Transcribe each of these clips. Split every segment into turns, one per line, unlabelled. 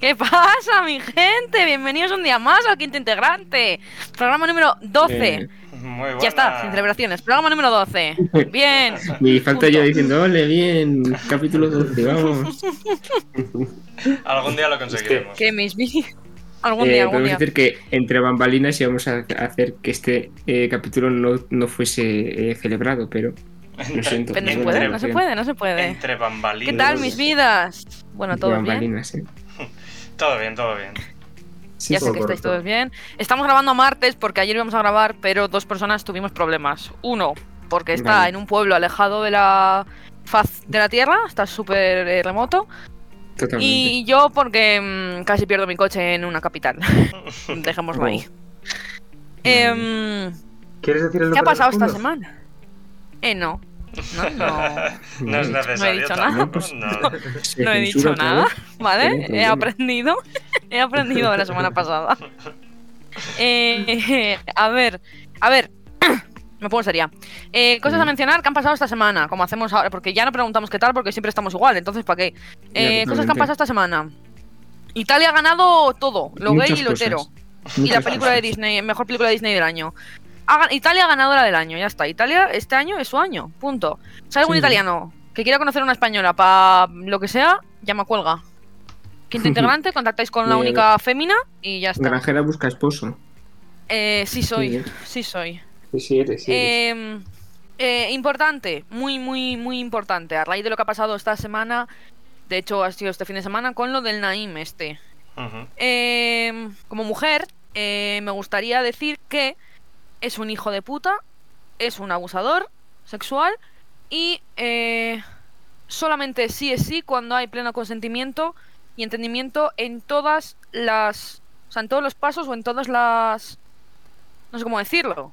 ¿Qué pasa, mi gente? Bienvenidos un día más al Quinto Integrante. Programa número 12.
Eh,
Muy buena.
Ya está, sin celebraciones. Programa número 12. Bien.
Y falta
Punto.
yo diciendo, ole, bien, capítulo 12, vamos.
Algún día lo conseguiremos.
Que mis vi- Algún
Eh,
día, algún día.
podemos decir que entre bambalinas íbamos a hacer que este eh, capítulo no, no fuese eh, celebrado, pero lo siento.
Pero no se
que
puede,
entre-
no se puede, no se puede.
Entre bambalinas.
¿Qué tal, mis vidas? Bueno,
Entre
todo bien.
bambalinas, eh.
Todo bien, todo bien.
Sí,
Ya sé que estáis todos bien. Estamos grabando martes porque ayer íbamos a grabar, pero dos personas tuvimos problemas. Uno, porque está
Vale.
en un pueblo alejado de la faz de la tierra, está súper eh, remoto.
totalmente.
Y yo porque mm, casi pierdo mi coche en una capital. Dejémoslo ahí. Em,
¿Quieres decir el
¿Qué
número
ha pasado
de la
esta
funda?
semana? Eh, no. No, no.
No es necesario.
dicho
tampoco,
nada. Pues-
no.
Se
no he
censura
dicho
otra
nada,
vez. Ningún
¿vale? He
problema.
aprendido. He aprendido de la semana pasada. Eh, a ver, a ver. Me pongo seria. Eh, cosas a
Mm.
mencionar que han pasado esta semana, como hacemos ahora, porque ya no preguntamos qué tal, porque siempre estamos igual, entonces ¿para qué? Eh, cosas que
Ya,
han
totalmente.
pasado esta semana. Italia ha ganado todo, lo
Muchas
gay y lo
cosas.
hetero. Y la
Muchas
película de
cosas.
Disney, mejor película de Disney del año. Ha gan- Italia ganadora del año, ya está. Italia este año es su año, punto. Si hay algún
Sí.
italiano que quiera conocer una española para lo que sea, llama cuelga. Quinto integrante, contactáis con la
Bien.
única fémina y ya está.
Granjera busca esposo.
Eh, sí
Sí,
soy, sí soy.
Sí, sí eres, sí eres.
Eh, eh, importante, muy, muy, muy importante. A raíz de lo que ha pasado esta semana, de hecho ha sido este fin de semana, con lo del Naim este.
Ujú.
Eh, como mujer, eh, me gustaría decir que es un hijo de puta, es un abusador sexual y eh, solamente sí es sí cuando hay pleno consentimiento y entendimiento en todas las. O sea, en todos los pasos o en todas las. No sé cómo decirlo.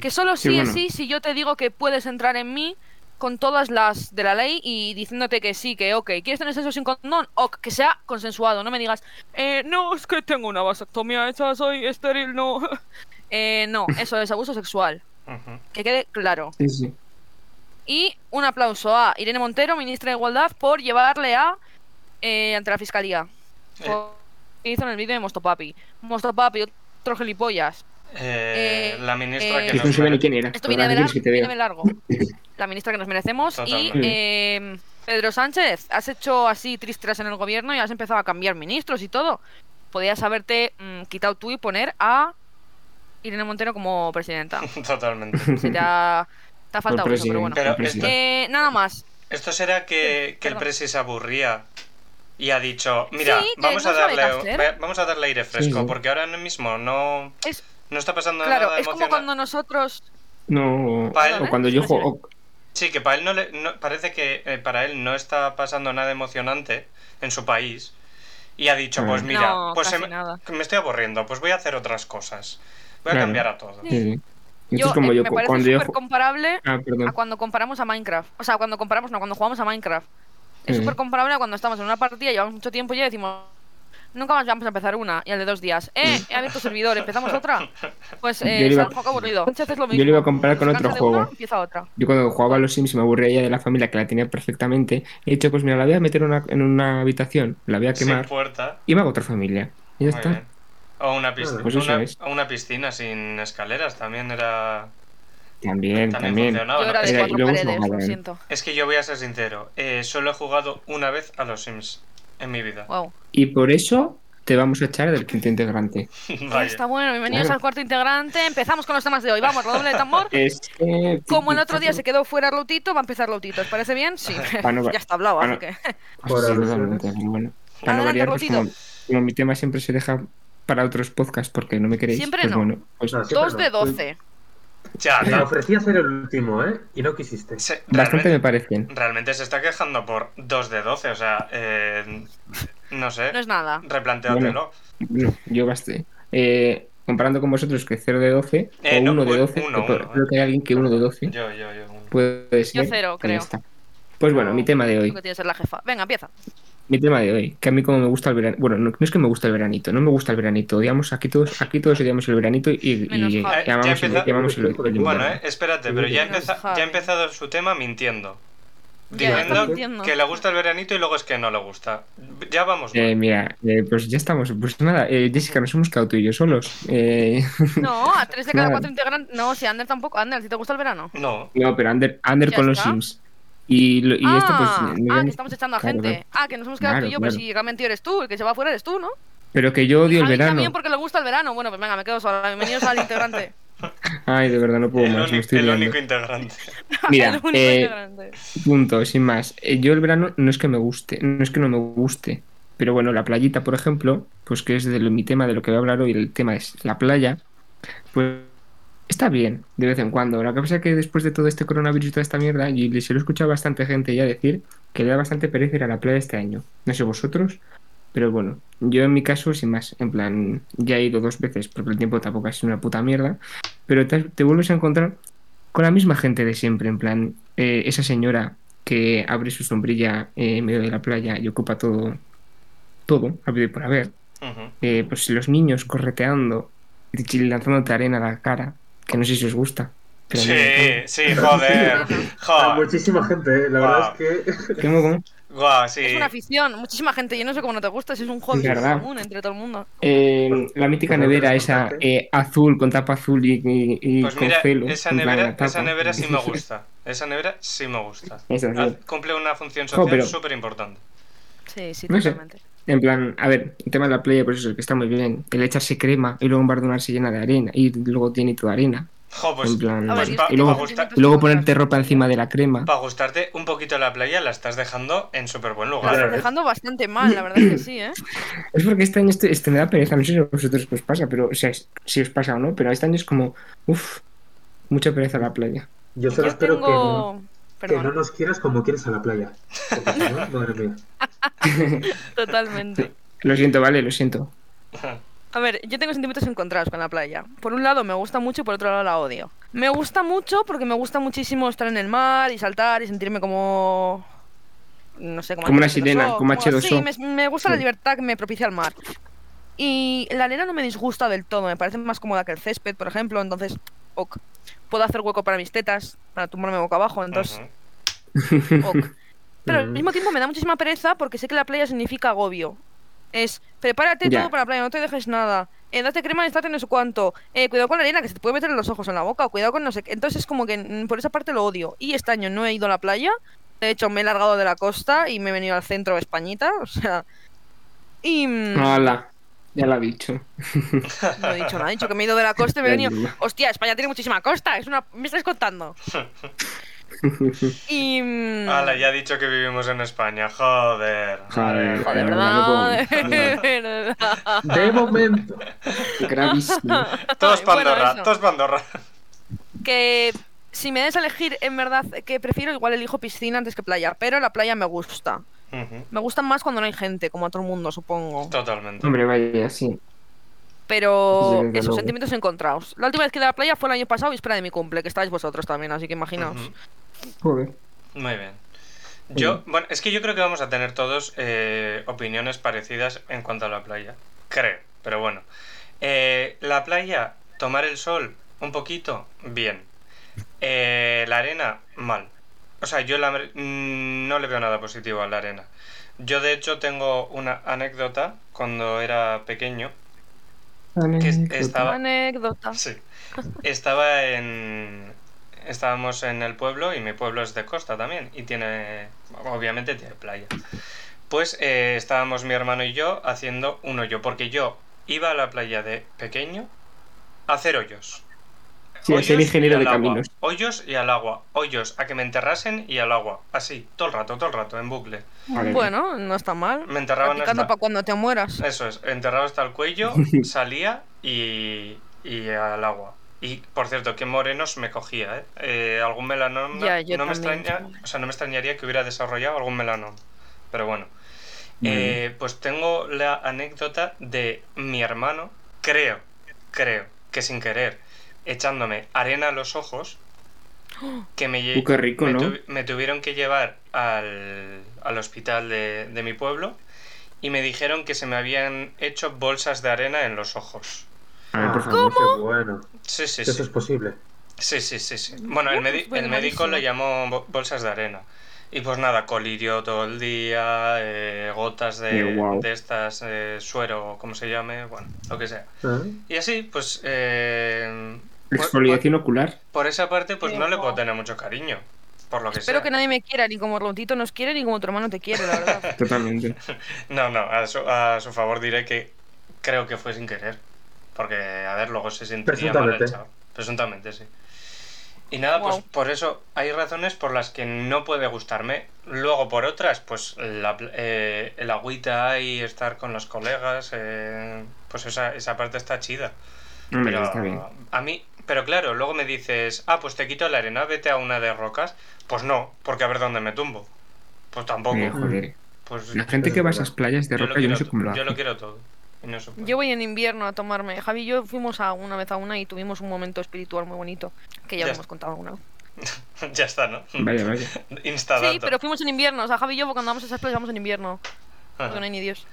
Que solo sí,
Sí, bueno.
es sí si yo te digo que puedes entrar en mí con todas las de la ley y diciéndote que sí, que ok. ¿Quieres tener sexo sin condón? Ok, que sea consensuado. No me digas, eh, no, es que tengo una vasectomía hecha, soy estéril, no. Eh, no, eso es abuso sexual.
Ujú.
Que quede claro.
Sí, sí.
eh, Y un aplauso a Irene Montero, ministra de Igualdad, por llevarle a eh, ante la fiscalía. Por- que hizo en el vídeo de Mostopapi. Mostopapi, otro gilipollas.
Eh,
Eh,
la ministra
eh,
que
Que no
nos
sabe ni
merece-
quién era.
Esto
la
viene de,
verdad
lar-
es que te
viene
veo.
de largo. La ministra que nos merecemos. Y
Totalmente.
eh, Pedro Sánchez, has hecho así tristras en el gobierno y has empezado a cambiar ministros y todo. Podías haberte mm, quitado tú y poner a Irene Montero como presidenta.
Totalmente.
Se te ha, te ha faltado
Por
eso, pero bueno.
Pero
por
esto-
presidente.
Eh, nada más.
Esto será que, que el
perdón.
presi se aburría y ha dicho, mira,
Sí, que
vamos,
no
a
sabe qué
darle,
hacer.
va- vamos a darle aire fresco,
Sí, sí.
porque ahora mismo no,
Es-
no está pasando
Claro,
nada
es como
emocionante.
cuando nosotros.
No, o-
Vale.
o cuando yo
No
juego.
sirve.
o-
Sí, que para él no le, no- parece que eh, para él no está pasando nada emocionante en su país. Y ha dicho,
Ah.
pues mira,
No,
pues se
casi
me,
nada.
me estoy aburriendo, pues voy a hacer otras cosas. Voy a
Claro.
cambiar a todo.
Sí, sí. Esto es
Yo,
como
eh,
eh, yo.
me
cu-
parece
Cuando yo.
súper
ju-
comparable
Ah,
a
perdón.
cuando comparamos a Minecraft. O sea, cuando comparamos, no, cuando jugamos a Minecraft. Es
Sí.
súper comparable a cuando estamos en una partida, llevamos mucho tiempo y ya decimos, nunca más vamos a empezar una. Y al de dos días, ¡eh! He abierto servidor, ¿empezamos otra? Pues eh,
Mm. Yo le
es
iba-
un poco aburrido. Sánchez es lo
Yo lo iba a comparar
Se
con
cansa
otro
de una,
juego.
empieza otra.
Yo cuando jugaba a los Sims me aburría ya de la familia que la tenía perfectamente. He dicho, pues mira, la voy a meter en una- en una habitación, la voy a
Sin
quemar
puerta.
y me hago otra familia. Y ya
pues. Muy
está.
bien. O una, piscina,
pues eso
una,
es.
o una piscina sin escaleras también era...
También,
También
también.
funcionaba,
Yo
¿no?
era de
Es que-
Mira,
cuatro
y luego se
paredes, lo
jugaban.
siento.
Es que yo voy a ser sincero, eh, solo he jugado una vez a los Sims en mi vida.
Wow.
Y por eso te vamos a echar del quinto integrante.
Vaya.
Está bueno, bienvenidos
Claro.
al cuarto integrante. Empezamos con los temas de hoy. Vamos, redoble de tambor.
Es que.
Como el otro día se quedó fuera Lotito, va a empezar Lotito. ¿Os parece bien? Sí.
Pa' no-
ya está hablado, así
pa'
que.
Por
Sí,
alusiones.
totalmente, pero bueno. Para no
Adelante,
variar, pues
Rocito.
como, como mi tema siempre se deja para otros podcasts porque no me queréis.
Siempre
pues
no.
bueno, pues
No, sí,
Dos
pero
de
no.
doce.
Ya,
Te
no.
ofrecí hacer el último, ¿eh? Y no quisiste.
Se-
bastante
realmente,
me parecen.
realmente se está quejando por 2 de 12, o sea, eh, no sé,
No es nada.
replantéatelo.
Bueno, yo basté. Eh, comparando con vosotros que 0 de 12
Eh,
o
no,
1 de
un-
12,
uno,
creo-
uno,
creo que hay alguien que 1 de 12
Yo, yo, yo. un-
puede ser.
cero,
ahí
creo.
está. Pues bueno, mi tema de
Tú
hoy.
que tienes que ser la jefa. Venga, empieza.
Mi tema de hoy, que a mí como me gusta el verano, bueno, no, no es que me gusta el veranito, no me gusta el veranito, odiamos aquí todos, aquí todos odiamos el veranito y, y-
Menos
y
Javi.
llamamos,
Eh, Ya empieza-
el, llamamos el- el
Bueno,
¿eh?
invierno.
Bueno, eh, espérate, pero ya,
Menos
empeza-
Javi.
ya ha empezado su tema mintiendo.
Ya, ya estamos
diciendo
viendo.
que le gusta el veranito y luego es que no le gusta. Ya vamos. mal.
Eh, mira, eh, pues ya estamos. Pues nada, eh, Jessica, nos hemos quedado tú y yo solos. Eh,
No, a tres de cada
Nada.
cuatro integrantes. No, si Ander tampoco. Ander, ¿a ti te gusta el verano?
No.
no, pero Ander, Ander
¿Ya
con los
está?
Sims. Y, lo- y
ah,
esto, pues.
ah,
eh, no
que
llamo-
estamos echando a
Claro,
gente.
claro.
Ah, que nos hemos quedado tú y
Claro,
yo, pero
claro.
si realmente eres tú, el que se va afuera eres tú, ¿no?
Pero que yo odio
a
el
mí
verano.
también porque le gusta el verano. Bueno, pues venga, me quedo sola. Bienvenidos al integrante.
Ay, de verdad, no puedo
El,
más.
uni-
Me estoy
el
liando.
único integrante.
Mira,
el único
eh,
integrante.
Punto, sin más. Eh, Yo el verano no es que me guste, no es que no me guste, pero bueno, la playita, por ejemplo, pues que es de lo- mi tema de lo que voy a hablar hoy, el tema es la playa, pues está bien de vez en cuando. Lo que pasa es que después de todo este coronavirus y toda esta mierda, y se lo he escuchado a bastante gente ya decir que le da bastante pereza ir a la playa este año. No sé vosotros, pero bueno, yo en mi caso, sin más, en plan, ya he ido dos veces, porque el tiempo tampoco ha sido una puta mierda, pero te, te vuelves a encontrar con la misma gente de siempre, en plan, eh, esa señora que abre su sombrilla eh, en medio de la playa y ocupa todo, todo, habido y por haber.
Ujú.
Eh, pues los niños correteando y lanzándote arena a la cara, que no sé si os gusta. pero a mí me encanta.
Sí, sí, joder.
Ah,
Hay
Joder.
muchísima gente, ¿eh? la
Guau.
verdad es que.
¿Cómo, cómo?
Guau, sí.
Es una afición. Muchísima gente. Yo no sé cómo no te gusta. Si es un
Es
hobby
verdad.
común entre todo el mundo.
Eh, la mítica
Pues,
nevera
pues,
esa
bastante.
eh, azul con tapa azul y, y- y
Pues
con
mira,
celo.
esa
en plan,
nevera,
la tapa.
esa nevera sí me gusta. Esa nevera sí me gusta.
Eso, sí.
Haz- Cumple una función
Jo,
social
pero-
súper importante.
Sí, sí,
No sé.
totalmente.
En plan, a ver, el tema de la playa, pues eso, que está muy bien. El echarse crema y luego embardonarse llena de arena y luego tiene toda arena.
Jo, pues
en plan,
A ver,
pues
yo
pa-
estoy
y luego-
con sentimientos
Y luego
encontrados.
ponerte ropa encima de la crema.
para gustarte un poquito la playa la estás dejando en súper buen
Lo estás
lugar.
Claro.
dejando bastante mal, la verdad es que sí, ¿eh?
Es porque este año este, este me da pereza, no sé si a vosotros os pasa, pero o sea, es- si os pasa o no, pero este año es como, uff, mucha pereza la playa.
Yo solo
Yo
espero que no,
tengo.
que no
Perdón,
nos quieras como quieres a la playa. Porque si no, madre mía.
totalmente.
Lo siento, vale, lo siento.
A ver, yo tengo sentimientos encontrados con la playa. Por un lado me gusta mucho y por otro lado la odio. Me gusta mucho porque me gusta muchísimo estar en el mar y saltar y sentirme como... No sé, como...
Como una
H2O,
sirena, como H2O.
Sí, me, me gusta la
Sí.
libertad que me propicia el mar. Y la arena no me disgusta del todo, me parece más cómoda que el césped, por ejemplo, entonces... ok. Puedo hacer hueco para mis tetas, para tumbarme boca abajo, entonces...
Ujú.
Ok. Pero al
Mm.
mismo tiempo me da muchísima pereza porque sé que la playa significa agobio. Es, prepárate
Ya.
todo para la playa, no te dejes nada. Eh, date crema, estate no sé cuánto. Eh, cuidado con la arena que se te puede meter en los ojos o en la boca. O cuidado con no sé qué. Entonces, como que mm, por esa parte lo odio. Y este año no he ido a la playa. De hecho, me he largado de la costa y me he venido al centro de Españita. O sea. Y. mm,
Hala, ya lo ha dicho.
No he dicho nada, he dicho que me he ido de la costa y me he
Ya
venido.
digo.
Hostia, España tiene muchísima costa. Es una... ¿Me estáis contando? Y. mm,
Ala, ya ha dicho que vivimos en España. Joder.
Joder,
De
joder,
verdad,
no puedo.
de verdad.
De momento.
Gravísimo.
Todos
Bueno,
Pandorra,
eso.
todos Pandorra.
que si me des a elegir, en verdad, que prefiero, igual elijo piscina antes que playa, pero la playa me gusta.
Ujú.
Me gusta más cuando no hay gente, como a todo el mundo, supongo.
Totalmente.
Hombre, vaya, sí.
Pero
Sí, desde
esos
luego.
sentimientos encontrados. La última vez que de la playa fue el año pasado y espera de mi cumple, que estáis vosotros también, así que imaginaos.
Ujú.
Joder.
Muy bien. Yo, bueno, es que yo creo que vamos a tener todos eh, opiniones parecidas en cuanto a la playa. Creo, pero bueno. Eh, la playa, tomar el sol un poquito, bien. Eh, la arena, mal. O sea, yo la, mm, no le veo nada positivo a la arena. Yo de hecho tengo una anécdota cuando era pequeño.
Anécdota.
estaba-
Anécdota.
Sí. Estaba en. Estábamos en el pueblo y mi pueblo es de costa también. Y tiene. Obviamente tiene playa. Pues eh, estábamos mi hermano y yo haciendo un hoyo. Porque yo iba a la playa de pequeño a hacer hoyos.
Sí, a ser
Hoyos
ingeniero
y al
de
agua.
caminos.
Hoyos y al agua. Hoyos a que me enterrasen y al agua. Así, todo el rato, todo el rato, en bucle.
Joder.
Bueno, no está mal.
Me enterraban
Practicando
hasta.
para cuando te mueras.
Eso es, enterrado hasta el cuello, salía y, y al agua. Y por cierto, qué morenos me cogía, ¿eh? Eh, algún melanoma.
Ya, yo
no, me
también,
extraña,
chaval.
o sea, no me extrañaría que hubiera desarrollado algún melanoma. Pero bueno.
Muy
Eh, pues tengo la anécdota de mi hermano, creo, creo, que sin querer, echándome arena a los ojos, que me, lle-
Uh, qué rico,
me,
¿no?
tuvi- me tuvieron que llevar al, al hospital de, de mi pueblo y me dijeron que se me habían hecho bolsas de arena en los ojos.
A
Ah.
ver, por favor.
Qué bueno.
Sí, sí,
Eso
sí.
es posible.
Sí, sí, sí, sí. Bueno, el,
Bueno,
medi-
pues,
el médico
malísimo.
le llamó bo- bolsas de arena. Y pues nada, colirio todo el día, eh, gotas de,
Eh, guau.
de estas, eh, suero, como se llame, bueno, lo que sea.
Ah,
Y así, pues... eh, por-
Exfoliación ocular.
por, por esa parte, pues
Eh,
no le
guau.
puedo tener mucho cariño, por lo que
Espero
sea.
que nadie me quiera, ni como Rontito nos quiere, ni como tu hermano te quiere, la verdad.
Totalmente.
No, no, a su, a su favor diré que creo que fue sin querer. Porque, a ver, luego se sentiría mal el
Presuntamente.
chaval. Presuntamente, sí. Y nada,
Guau.
pues por eso hay razones por las que no puede gustarme. Luego, por otras, pues la pl- eh, el agüita y estar con los colegas, eh, pues esa, esa parte está chida.
Hombre,
Pero
Mm, está bien.
a mí, pero claro, luego me dices, ah, pues te quito la arena, vete a una de rocas. Pues no, porque a ver dónde me tumbo. Pues tampoco.
Eh, joder.
Pues
La gente que va a esas playas de
yo lo
roca, yo no
quiero
sé cómo lo
to- yo
hace.
lo quiero todo. Y no se puede.
Yo voy en invierno a tomarme. Javi y yo fuimos a una vez a una y tuvimos un momento espiritual muy bonito, que ya,
Ya
lo
está.
hemos contado alguna vez.
ya está, ¿no?
Vaya, vaya.
Instadato.
Sí, pero fuimos en invierno. O sea, Javi y yo cuando vamos a esas playas vamos en invierno.
Ajá.
Porque no hay ni Dios.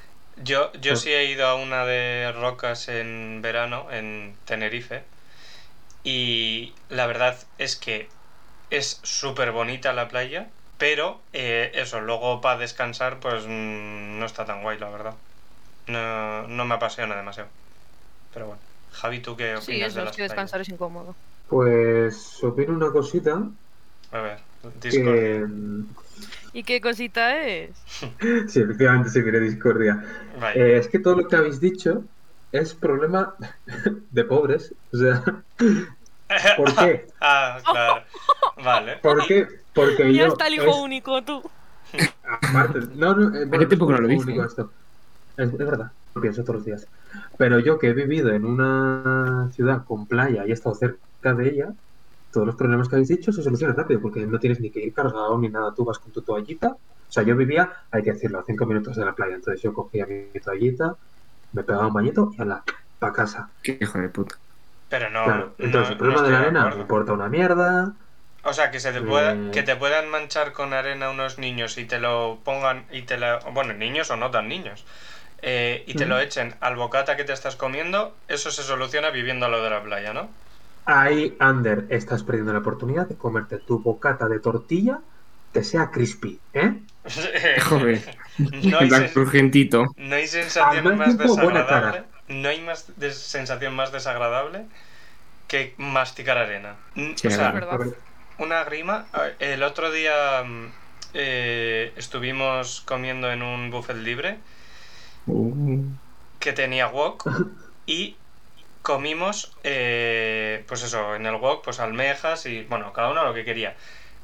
Yo, yo sí he ido a una de rocas en verano, en Tenerife. Y la verdad es que es súper bonita la playa. Pero eh, eso, luego para descansar, pues mm, no está tan guay, la verdad. No, no me apasiona demasiado. Pero bueno. Javi, ¿tú qué opinas
Sí, eso,
de
es
las
que
playas?
descansar es incómodo.
Pues opino una cosita
A ver, Discord.
que...
¿Y qué cosita es?
Sí, efectivamente se viene discordia.
Vaya.
Eh, es que todo lo que habéis dicho es problema de pobres. O sea, ¿por qué?
Ah, claro. Vale.
¿Por qué? Porque
Ya
yo...
está el hijo
es-
único, tú.
Aparte, no, no, eh,
Hace tiempo que no
es
lo
público
dice.
esto. Es, es verdad, lo pienso todos los días. Pero yo que he vivido en una ciudad con playa y he estado cerca de ella, todos los problemas que habéis dicho se solucionan rápido porque no tienes ni que ir cargado ni nada, tú vas con tu toallita. O sea, yo vivía, hay que decirlo, a cinco minutos de la playa, entonces yo cogía mi toallita, me pegaba un bañito y ala, para casa.
Qué hijo de puta.
Pero no.
claro, entonces
no-
el problema
no
de la
Ah, estoy
arena me
acuerdo.
importa una mierda.
O sea, que se te pueda,
Mm.
que te puedan manchar con arena unos niños y te lo pongan y te la, bueno, niños o no tan niños, eh, y te
Mm.
lo echen al bocata que te estás comiendo, eso se soluciona viviendo a lo de la playa, ¿no?
Ahí, Ander, estás perdiendo la oportunidad de comerte tu bocata de tortilla que sea crispy, ¿eh?
Joder.
no, hay
Tan
sen-
urgentito.
no hay sensación
Al
más
máximo, buena
desagradable, no hay más des- sensación más desagradable que masticar arena. Mm,
Sí,
o
la
sea,
verdad.
A ver,
Una grima. Ah, El otro día mm, eh, estuvimos comiendo en un buffet libre
Uh,
que tenía wok y comimos, eh, pues eso, en el wok, pues almejas y, bueno, cada uno lo que quería.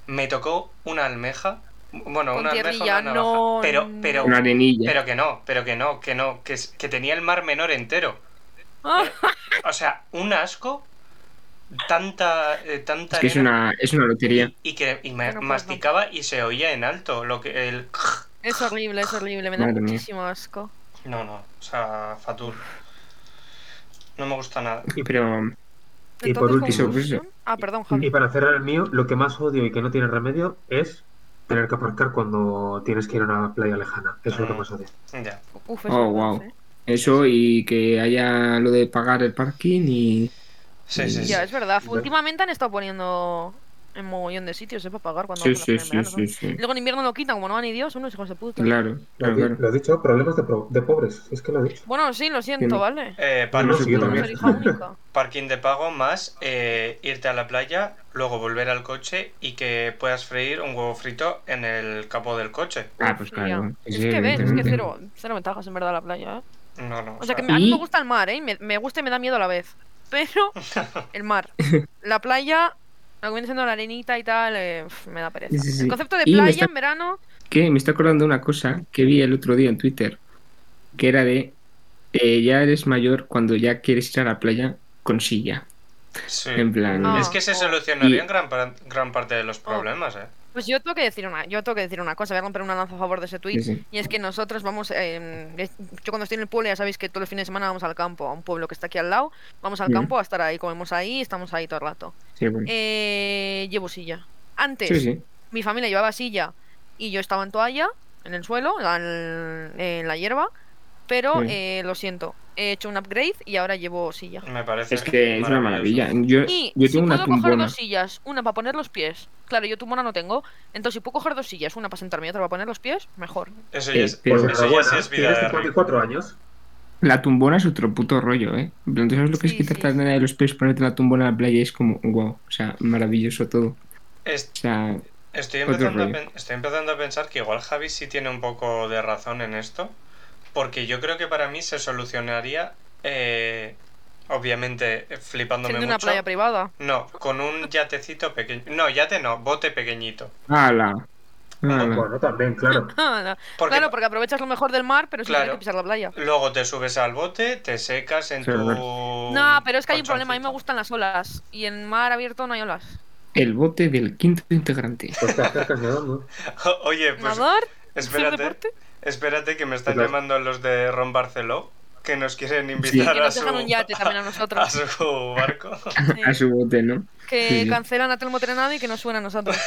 Me tocó una almeja, bueno,
Con
una almeja,
tierrilla,
una navaja,
no,
pero, pero,
una arenilla.
pero que no, pero que no, que no, que, es- que tenía el mar menor entero.
Ah,
O sea, un asco, tanta, eh, tanta
Es que es
arena.
una, es una lotería.
y que y ma-
Bueno, pues,
masticaba y se oía en alto lo que el
es horrible, es horrible. Me da
Madre mía.
muchísimo asco.
no no o sea fatul no me gusta nada
Pero
Y por
Entonces,
último-
conclusión- Ah, perdón,
Y
Javi.
para cerrar el mío, lo que más odio y que no tiene remedio es tener que aparcar cuando tienes que ir a una playa lejana. Eso es lo que más odio.
ya
Uf, es
Oh,
verdad,
guau.
¿eh?
eso y que haya lo de pagar el parking y...
sí sí, sí.
Ya, es verdad.
Bueno.
Últimamente han estado poniendo en mogollón de sitios, ¿eh? Para pagar cuando
Sí,
hacen
sí,
las
sí,
penas en verano,
sí, sí.
¿no? Luego en invierno lo quitan, como no van ni Dios, unos hijos de puta.
Claro,
Lo,
claro, claro.
he dicho, problemas de, pro- de pobres. Es que lo he dicho.
Bueno, sí, lo siento,
Tiene-
¿vale?
Eh, par-
No,
no
sí,
sé
yo
cómo
también.
Soy hija única.
parking de pago más eh, irte a la playa luego volver al coche y que puedas freír un huevo frito en el capó del coche
Ah, pues claro.
Es
sí,
que ves, es que
evidentemente.
cero, cero ventajas en verdad la playa, ¿eh?
no no
O sea, que
sea,
me- a mí
Y-
me gusta el mar, ¿eh? Me, me gusta y me da miedo a la vez. Pero el mar. La playa, lo que viene siendo la arenita y tal, eh, pf, me da pereza.
Sí, sí, sí.
El concepto de
Y me
playa
está-
en verano,
Que me está acordando una cosa que vi el otro día en Twitter, que era de, eh, ya eres mayor cuando ya quieres ir a la playa con silla.
sí.
En plan,
Ah. Oh.
es que se solucionarían gran, par- gran parte de los problemas eh
pues yo tengo que decir una, yo tengo que decir una cosa, voy a romper una lanza a favor de ese tweet.
sí, sí.
Y es que nosotros vamos, eh, es- yo cuando estoy en el pueblo ya sabéis que todos los fines de semana vamos al campo, a un pueblo que está aquí al lado, vamos al
Ujú.
campo a estar ahí, comemos ahí, estamos ahí todo el rato.
Sí, bueno.
Eh, llevo silla. Antes,
Sí, sí.
mi familia llevaba silla y yo estaba en toalla, en el suelo, en, en la hierba, pero
Sí.
eh, lo siento, he hecho un upgrade y ahora llevo silla.
Me parece.
Es que es una
maravilloso.
maravilla. Yo,
Y
Eh, yo
si
tengo una
puedo coger
tumbona.
dos sillas, una para poner los pies. Claro, yo tumbona no tengo. Entonces, si puedo coger dos sillas, una para sentarme y otra para poner los pies, mejor.
Eso
Eh,
ya es,
pero-
eso ya sí
Pues enhorabuena,
es vida
tienes
de rico.
54 años.
La tumbona es otro puto rollo, ¿eh? En plan, ¿tú ¿Sabes lo que
Sí,
es quitarte
sí,
la arena de los pies, ponerte la tumbona en la playa? Es como, wow, o sea, maravilloso todo.
Es-
O sea,
Estoy
Otro
empezando, a
rollo.
pen- estoy empezando a pensar que igual Javi sí tiene un poco de razón en esto, porque yo creo que para mí se solucionaría, eh, obviamente eh, flipándome
Siendo
mucho.
una playa privada.
No, con un yatecito pequeño. No, yate no, bote pequeñito.
ala. ala.
Bueno, también, claro.
Porque
Claro, porque aprovechas lo mejor del mar, pero sin
Claro.
tener que pisar la playa.
luego te subes al bote, te secas en
Sí,
tu.
verdad.
No, pero es que hay un problema. A mí me gustan las olas. Y en mar abierto no hay olas.
El bote del quinto integrante.
Pues te acercas nadando.
gusta. Oye, pues
Nadar, hacer
espérate,
deporte.
espérate que me están
Claro.
llamando los de Ron Barceló, que nos quieren
Sí.
invitar
Que
a
nos
su.
dejan un yate también a
a
nosotros.
su barco.
Sí.
A su bote, ¿no?
Que
Ah, Sí, sí.
cancelan a Telmo Trenado y que nos suena a nosotros.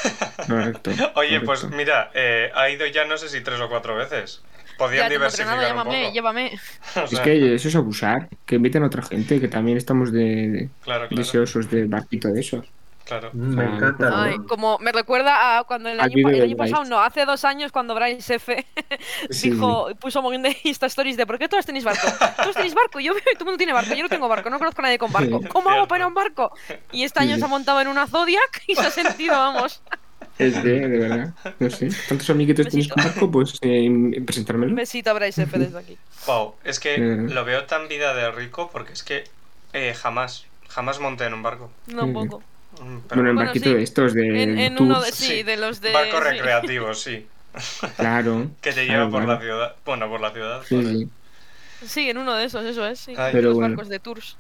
Correcto.
Oye, pues
correcto.
mira, eh, ha ido ya no sé si tres o cuatro veces. Podían
Ya, Telmo Trenado,
diversificar un poco.
llámame, llévame.
O sea,
Es que eso es abusar. Que inviten a otra gente, que también estamos de, de-
Claro, claro,
deseosos de barquito de esos.
claro.
Me
Ah,
encanta. ¿no?
Ay, como me recuerda a cuando el
Al
año, pa-
vídeo
el
de
año pasado,
Bryce.
no, hace dos años cuando Bryce F
Sí,
dijo, puso un montón de Insta Stories de ¿por qué todos tenéis barco? Todos tenéis barco, yo veo y todo el mundo tiene barco, yo no tengo barco, no conozco a nadie con barco.
Sí.
¿Cómo hago
Cierto.
para ir a un barco? Y este
Sí,
año
sí.
se ha montado en una Zodiac y se ha sentido, vamos,
Es de, de verdad. No sé. Tantos amiguitos tienes
Besito.
con barco, pues eh, presentármelo.
un besito a Bryce F desde aquí.
Wow, es que
Mm.
lo veo tan vida de rico porque es que eh, jamás, jamás monté en un barco.
No, un poco.
Mm, pero-
Bueno, en
Bueno,
barquito
sí.
de estos, de
En, en
Eh, tours,
uno de, sí,
Sí.
de los de...
barco
sí.
recreativo, sí.
claro.
Que te
Claro,
lleva por la
claro.
ciudad. Bueno, por la ciudad.
Ah, Sí,
joder.
sí.
Sí, en uno de esos, eso es, sí.
Ay.
Pero
los
bueno.
barcos de tours.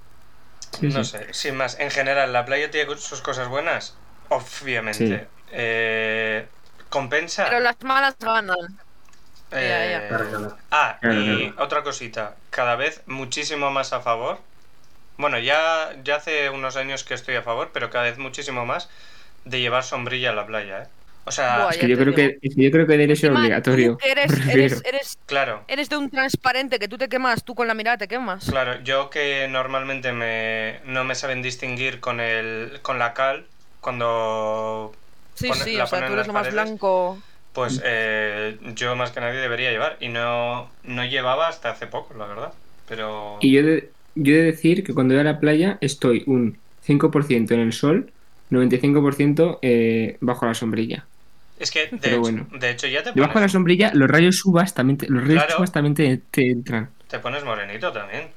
Sí,
No
sí.
sé, sin más. En general, ¿la playa tiene sus cosas buenas? Obviamente.
Sí.
Eh, ¿Compensa?
Pero las malas ganan. Ya, ya.
Eh,
Para ganar.
Ah,
Claro,
y otra cosita, cada vez muchísimo más a favor. Bueno, ya, ya hace unos años que estoy a favor, pero cada vez muchísimo más de llevar sombrilla a la playa, ¿eh? O sea,
Buah,
Es
ya
que yo
te
creo que, es que yo creo que debería ser
Encima,
obligatorio.
tú que eres-
prefiero.
eres, eres
claro,
Eres de un transparente que tú te quemas, tú con la mirada te quemas.
claro, yo que normalmente me, no me saben distinguir con el, con la cal, cuando
Sí,
Pone-
sí,
la
o sea,
ponen
tú
en
eres
las
lo más
paredes.
blanco.
pues eh, yo más que nadie debería llevar. Y no, no llevaba hasta hace poco, la verdad. Pero
Y yo de, yo he de decir que cuando voy a la playa estoy un 5% en el sol, 95% eh, bajo la sombrilla.
es que de,
pero
hecho,
bueno.
de hecho ya te
Debajo de la
pones,
sombrilla, los rayos uvas también te, los rayos
Claro.
uvas también te, te entran.
te pones morenito también.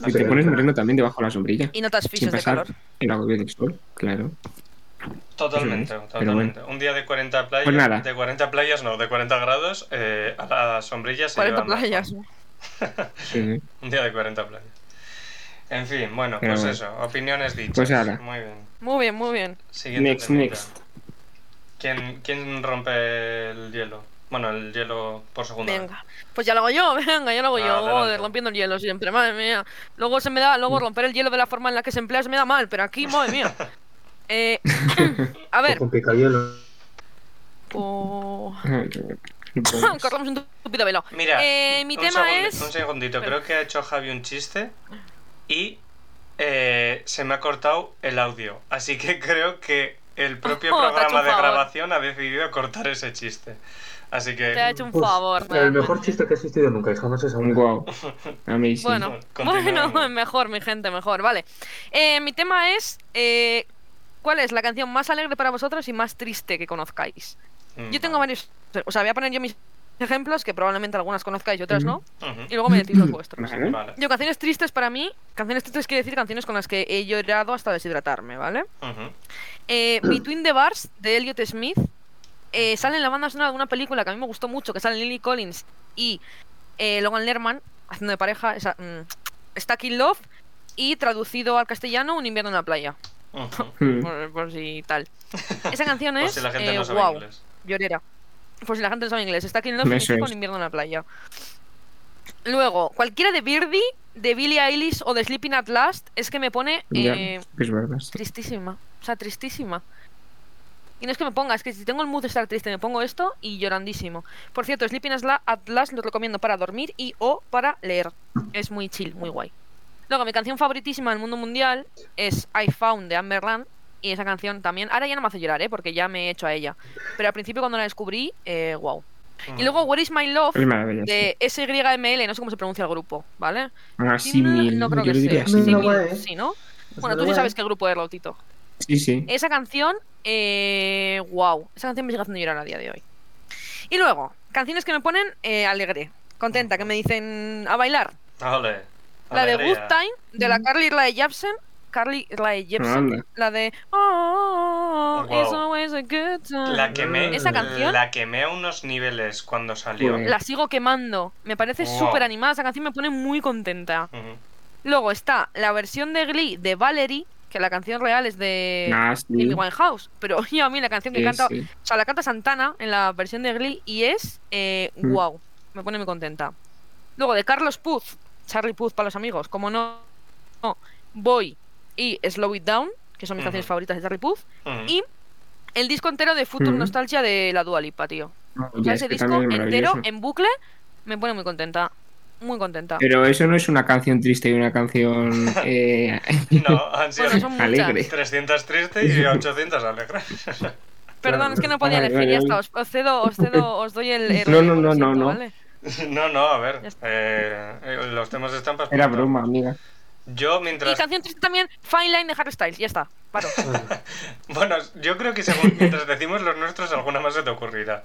Y
Sí,
te
pero-
pones moreno también debajo de la sombrilla.
Ah, Y no te
Sin
asfixias de
pasar
calor.
el agobio del sol, claro.
Totalmente,
Eso es, pero
totalmente. Un día de 40 playas,
Pues nada.
de 40 playas no, de 40 grados eh, a la sombrilla se
40
lleva más.
playas.
Sí, sí.
Un día de 40 playas. En fin, bueno,
Pero
pues
bueno.
eso, opiniones dichas.
Pues nada.
Muy bien.
Muy bien, muy bien.
Siguiente
Next,
temita.
next.
¿Quién, quién rompe el hielo? Bueno, el hielo por segunda vez.
Venga. Pues ya lo hago yo, venga, ya lo hago yo.
Adelante.
Joder, rompiendo el hielo siempre, madre mía. Luego se me da, luego
Mm.
romper el hielo de la forma en la que se emplea se me da mal, pero aquí, madre mía. Eh, a ver.
Con picahielo.
oh,
Ah, No puedo.
Corramos un tupido velo.
Mira,
Eh, mi
un
tema
segundi-
es-
Un segundito,
Espera.
creo que ha hecho Javi un chiste y eh, se me ha cortado el audio. Así que creo que el propio
Oh, te ha hecho
programa
un
de
favor.
grabación ha decidido cortar ese chiste. Así que...
Te ha hecho un
Pues,
favor.
El mejor
realmente.
chiste que ha existido nunca y jamás es aún.
Guau. Amazing.
Bueno,
Continuemos.
bueno, mejor, mi gente, mejor, vale. Eh, mi tema es, eh, ¿cuál es la canción más alegre para vosotros y más triste que conozcáis?
mm,
Yo tengo varios, o sea, voy a poner yo mis ejemplos, que probablemente algunas conozcáis y otras no,
varios.
y luego me decís los vuestros.
Vale.
Vale.
Yo, canciones tristes para mí, canciones tristes quiere decir canciones con las que he llorado hasta deshidratarme, ¿vale?
Ujú.
Eh, Between the Bars, de Elliot Smith, eh, sale en la banda sonora de una película que a mí me gustó mucho, que salen Lily Collins y eh, Logan Lerman, haciendo de pareja, esa, mm, Stuck in Love, y traducido al castellano, Un invierno en la playa,
Ujú.
Mm.
por, por si tal. Esa canción
Por
es,
si la gente
eh,
no sabe
wow,
inglés.
llorera. Por si la gente no sabe inglés, Stuck in Love
Eso
significa
es.
Un invierno en la playa. Luego, cualquiera de Birdie, de Billie Eilish o de Sleeping at Last, es que me pone...
Ya,
eh,
es verdad. sí.
Tristísima, o sea, tristísima. Y no es que me ponga, es que si tengo el mood de estar triste, me pongo esto y llorandísimo. Por cierto, Sleeping Atla- Atlas lo recomiendo para dormir y o para leer. Es muy chill, muy guay. Luego, mi canción favoritísima del mundo mundial es I Found de Amberland. Y esa canción también. Ahora ya no me hace llorar, ¿eh? Porque ya me he hecho a ella. Pero al principio, cuando la descubrí, eh, wow. Y luego, Where is My Love
Es maravilloso.
de SYML, no sé cómo se pronuncia el grupo, ¿vale?
Ah,
Sí, no,
símil,
no creo
yo
que
le diría
sea.
así.
Sí,
símil.
Símil, guay.
sí, ¿no?
Pues
Bueno,
nada
tú sí
más.
sabes qué grupo es, Lautito.
Sí, sí.
Esa canción, eh, wow, esa canción me sigue haciendo llorar a día de hoy. Y luego, canciones que me ponen eh, alegre, contenta, que me dicen a bailar.
Ole,
La de
alegría.
Good Time, de la Carly Rae Jepsen. Carly Rae Jepsen.
Anda.
La de Oh,
Wow.
it's always a good time.
La quemé,
Esa canción.
la quemé a unos niveles cuando salió.
Joder.
La sigo quemando. Me parece
Wow.
súper animada. Esa canción me pone muy contenta.
Ujú.
Luego está la versión de Glee de Valerie, que la canción real es de
Ah, sí.
Amy Winehouse. Pero yo a mí la canción que
Sí,
canta,
sí.
o sea, la canta Santana en la versión de Glee y es eh,
Mm.
wow, me pone muy contenta. Luego de Carlos Puz, Charlie Puz para los amigos, como no, no, Boy y Slow It Down, que son mis
Ujú.
canciones favoritas de Charlie Puz.
Ujú.
Y El disco entero de Future
Mm.
Nostalgia de la Dua Lipa, tío.
No,
O
ya,
sea,
es
ese
que
disco
también es
entero
maravilloso.
en bucle me pone muy contenta. Muy contenta.
Pero eso no es una canción triste y una canción eh,
No, han sido
Bueno, son muchas.
alegre.
300 tristes y 800 alegres.
Perdón,
Claro.
es que no podía
Vale,
elegir, ya
vale,
está.
vale.
Os, os cedo, os cedo, os doy el. el
No, no,
lo
no, no,
siento,
no.
¿vale?
No, no, a ver.
Ya está.
eh, eh, los temas están para
Era
explotar.
broma, amiga.
Yo
Y
mientras.
canción triste también, Fine Line de Harry Styles, ya está. Paro.
Ah,
Bueno, yo creo que según mientras decimos los nuestros, alguna más se te ocurrirá.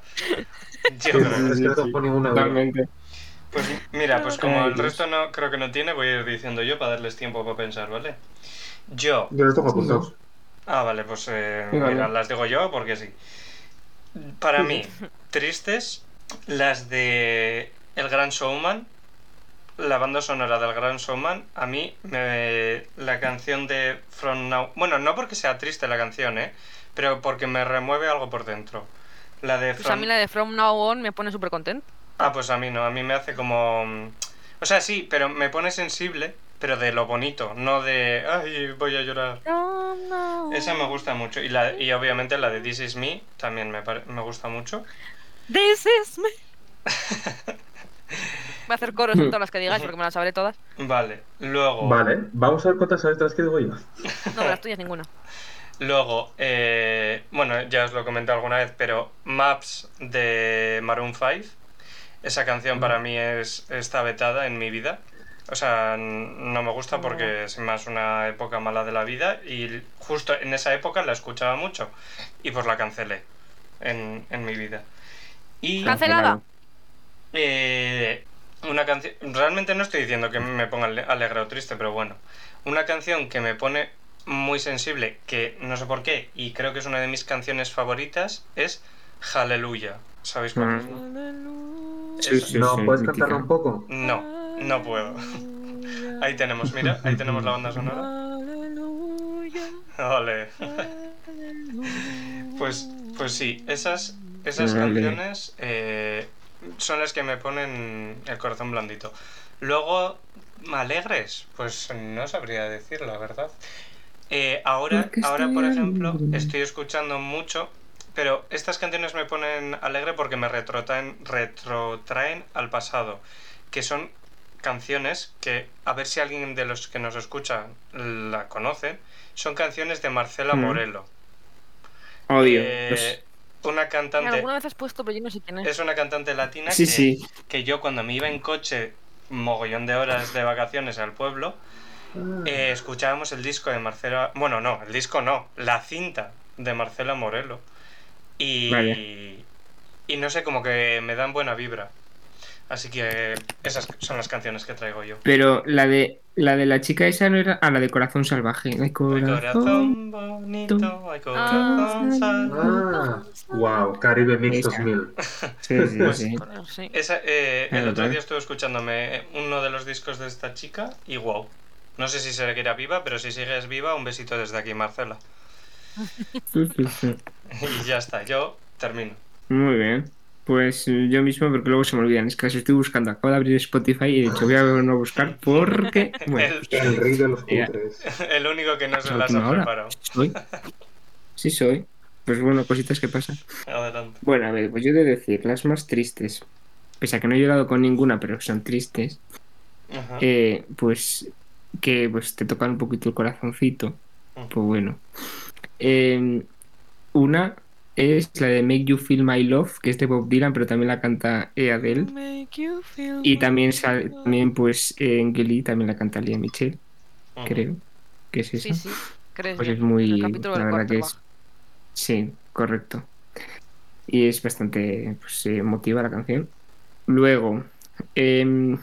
Yo
Sí,
creo.
es que no tengo ninguna duda.
Totalmente.
Pues mira, pues como
Ay,
el
Dios.
resto no creo que no tiene, voy a ir diciendo yo para darles tiempo para pensar, ¿vale? Yo.
Yo los tengo apuntados.
Ah, vale, pues eh,
Sí, vale.
mira, las digo yo porque sí. Para mí, tristes, las de El Gran Showman, la banda sonora del Gran Showman, a mí me- la canción de From Now... Bueno, no porque sea triste la canción, ¿eh? Pero porque me remueve algo por dentro. La de
Pues a
From...
mí la de From Now On me pone súper contenta.
Ah, pues a mí no, a mí me hace como... mm, O sea, sí, pero me pone sensible, pero de lo bonito, no de... Ay, voy a llorar.
From now on.
Esa me gusta mucho. Y, la, y obviamente la de This Is Me también me, pare- me gusta mucho.
This is me. Voy a hacer coros en todas las que digáis porque me las sabré todas.
Vale. Luego,
Vale, vamos a ver cuántas letras que digo yo.
No, de las tuyas ninguna.
luego eh, bueno, ya os lo comenté alguna vez, pero Maps de Maroon 5. Esa canción para mí es, está vetada en mi vida. O sea, n- no me gusta porque es más una época mala de la vida y justo en esa época la escuchaba mucho y pues la cancelé en, en mi vida. Y...
Cancelada.
Eh, una canción. Realmente no estoy diciendo que me ponga ale- alegre o triste, pero bueno. Una canción que me pone muy sensible, que no sé por qué, y creo que es una de mis canciones favoritas, es Hallelujah. ¿Sabéis cuál es?
Mm.
Sí, sí,
No, ¿puedes
mítica.
cantarla un poco?
Mm.
No, no puedo. Ahí tenemos, mira, ahí tenemos la banda sonora. Ole. Pues, pues sí, esas, esas
Vale.
canciones eh, son las que me ponen el corazón blandito. Luego, alegres, pues no sabría decir la verdad. Eh, ahora,
Porque
ahora,
estoy
por ejemplo,
alegre.
estoy escuchando mucho, pero estas canciones me ponen alegre porque me retrotraen, retrotraen al pasado, que son canciones que, a ver si alguien de los que nos escucha la conocen, son canciones de Marcela
Mm.
Morelo.
Odio.
Eh,
Los-
una cantante.
Alguna vez has puesto, pero yo no sé quién es.
Es una cantante latina
Sí,
que,
sí.
que yo cuando me iba en coche mogollón de horas de vacaciones al pueblo, eh, escuchábamos el disco de Marcela... Bueno, no, el disco no, la cinta de Marcela Morelo. Y,
Vaya.
y no sé, como que me dan buena vibra. Así que esas son las canciones que traigo yo.
Pero la de la de la chica esa no era a la de corazón salvaje. Ay,
Ay,
corazón.
corazón bonito, ay,
Ah,
corazón
sí.
sal-
Ah, wow, Caribe Mix
Esa.
2000.
Sí, sí,
Pues-
sí.
Sí.
Esa, eh, el
Ah,
otro
vale.
día estuve escuchándome eh, uno de los discos de esta chica y wow. No sé si será que era viva, pero si sigues viva, un besito desde aquí, Marcela.
Sí, sí, sí.
Y ya está, yo termino.
Muy bien. Pues eh, yo mismo, porque luego se me olvidan. Es que las estoy buscando. Acabo de abrir Spotify y he dicho, voy a volver a buscar porque. Bueno,
El rey de los
Ya.
cutres.
El último que no se
a
las ha
última hora.
preparado.
Soy. Sí, soy. Pues bueno, cositas que pasan.
Adelante.
Bueno, a ver, pues yo he de decir, las más tristes, pese a que no he llorado con ninguna, pero son tristes,
Ajá.
eh, pues que pues te tocan un poquito el corazoncito.
Ujú.
Pues bueno. Eh, una es la de Make You Feel My Love, que es de Bob Dylan, pero también la canta eh, Adele.
Make you feel
Y también,
good.
sal- también pues eh, en Glee también la canta Lía Michelle,
Ujú.
creo. Que es
Sí,
esa.
sí, crees.
Pues
bien.
es muy.
el capítulo del
la verdad
cuarto
que
baja.
es. Sí, correcto. Y es bastante pues, eh, emotiva la canción. Luego, em,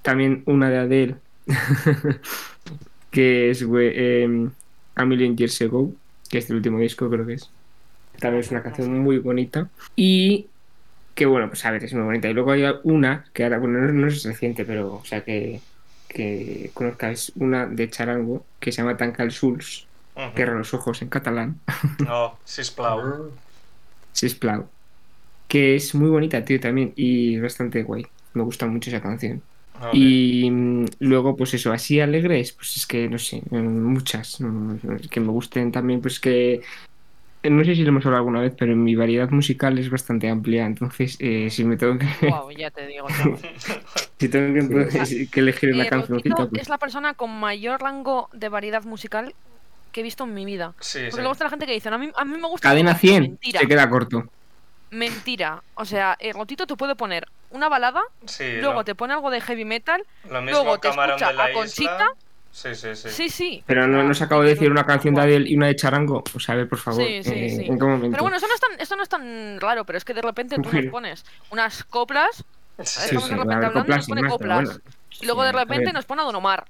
también una de Adele, que es we- em, A Million Years Ago, que es el último disco, creo que es. También es una canción muy bonita. Y que bueno, pues a ver, es muy bonita. Y luego hay una, que ahora, bueno, no, no es reciente, pero, o sea, que, que conozcáis, una de Charango, que se llama Tancal Souls,
Ujú.
Cierra los ojos en catalán.
Oh, sisplau.
Ah,
Sisplau. Que es muy bonita, tío, también. Y bastante guay. Me gusta mucho esa canción.
Ok.
Y mm, luego, pues eso, así alegres, pues es que, no sé, mm, muchas. mm, Que me gusten también, pues que... No sé si lo hemos hablado alguna vez, pero mi variedad musical es bastante amplia. Entonces, eh, si me tengo que,
Guau, ya te digo. chaval.
si tengo que, que elegir una
Eh,
cancioncita,
Bautito
pues...
es la persona con mayor rango de variedad musical que he visto en mi vida.
Sí, sí.
Porque luego está la gente que dice, "No, a mí, a mí me gusta...
Cadena
el rock".
100.
Mentira,
Se queda corto.
mentira. O sea, el gotito te puede poner una balada,
Sí,
luego
lo,
te pone algo de heavy metal.
lo mismo
luego te
Camarón
escucha
de la
a Conchita.
Isla. Sí, sí, sí.
Sí, sí.
Pero no, no os acabo de decir una canción de Adele y una de Charango. Pues a ver, por favor.
Sí, sí,
eh,
sí.
¿En qué momento?
Pero bueno, eso no, es tan, eso no es tan raro, pero es que de repente tú nos
Bueno.
pones unas coplas
Sí,
Estamos
sí.
de repente
a ver,
hablando y
coplas
nos
y
pone
más, pero
coplas.
bueno.
y luego de
Sí, a
repente
ver,
nos pone a Don Omar.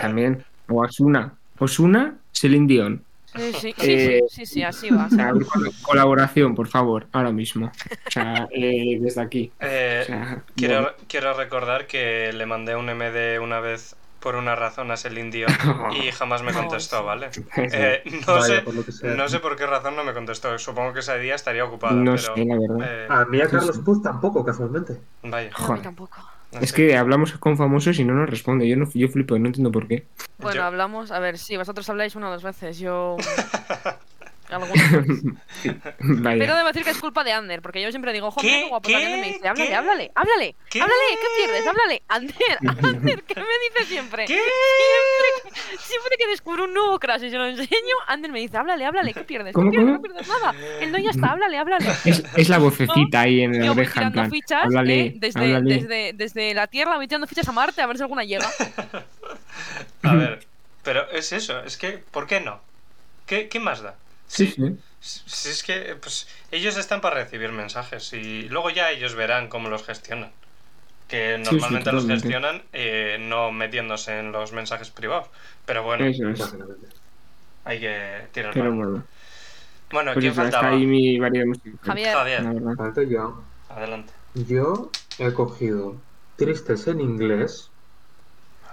También. O Asuna. Osuna, Celine Dion.
Sí, sí, sí,
Eh,
sí, sí, sí, así va.
O sea, a ver, col- colaboración, por favor, ahora mismo. O sea, eh, desde aquí. O
Eh,
sea,
quiero, quiero recordar que le mandé un MD una vez por una razón a Celine Dion
bueno.
y jamás me
No,
contestó,
sí.
¿vale?
Sí.
Eh, no,
vaya,
sé,
por lo que sea.
no sé por qué razón no me contestó. Supongo que ese día estaría ocupada.
no
pero,
sé, Ah, la verdad.
eh,
A mí a Ah, Carlos Puz tampoco, casualmente.
vaya.
No, a mí
Joder.
tampoco.
no
Es
sé.
que hablamos con famosos y no nos responde. Yo, no, yo flipo, no entiendo por qué.
Bueno,
Yo-
hablamos, a ver, sí, vosotros habláis una o dos veces, yo... alguna.
Vaya.
Pero debo decir que es culpa de Ander, porque yo siempre digo,
¿Qué?
joder, guapo, también me
¿Qué?
dice, háblale,
¿Qué?
háblale, háblale,
¿Qué?
háblale, ¿qué pierdes? Háblale, Ander, Ander, ¿qué me dice siempre?
¿Qué?
Siempre que descubro un nuevo crash y se lo enseño, Ander me dice, háblale, háblale, ¿qué pierdes?
¿Cómo,
no pierdes,
cómo?
no pierdes nada. El no ya está, háblale, háblale.
Es, es la vocecita ahí en la
Yo voy
oreja, en
tirando
plan.
fichas,
háblale,
¿eh? desde,
háblale.
Desde, desde la Tierra voy tirando fichas a Marte a ver si alguna llega.
A ver, pero es eso, es que, ¿por qué no? ¿Qué, qué más da?
Sí,
Si-
sí.
Si es que, pues, ellos están para recibir mensajes y luego ya ellos verán cómo los gestionan. Que
sí,
normalmente los
totalmente.
gestionan eh, no metiéndose en los mensajes privados. Pero bueno,
Eso es.
Básicamente.
hay que tirar
Pero
mano.
bueno.
Bueno,
Pues
¿quién
eso, está
faltaba?
ahí mi variedad musical.
Javier.
Javier,
La verdad.
Falta yo.
adelante.
Yo he cogido tristes en inglés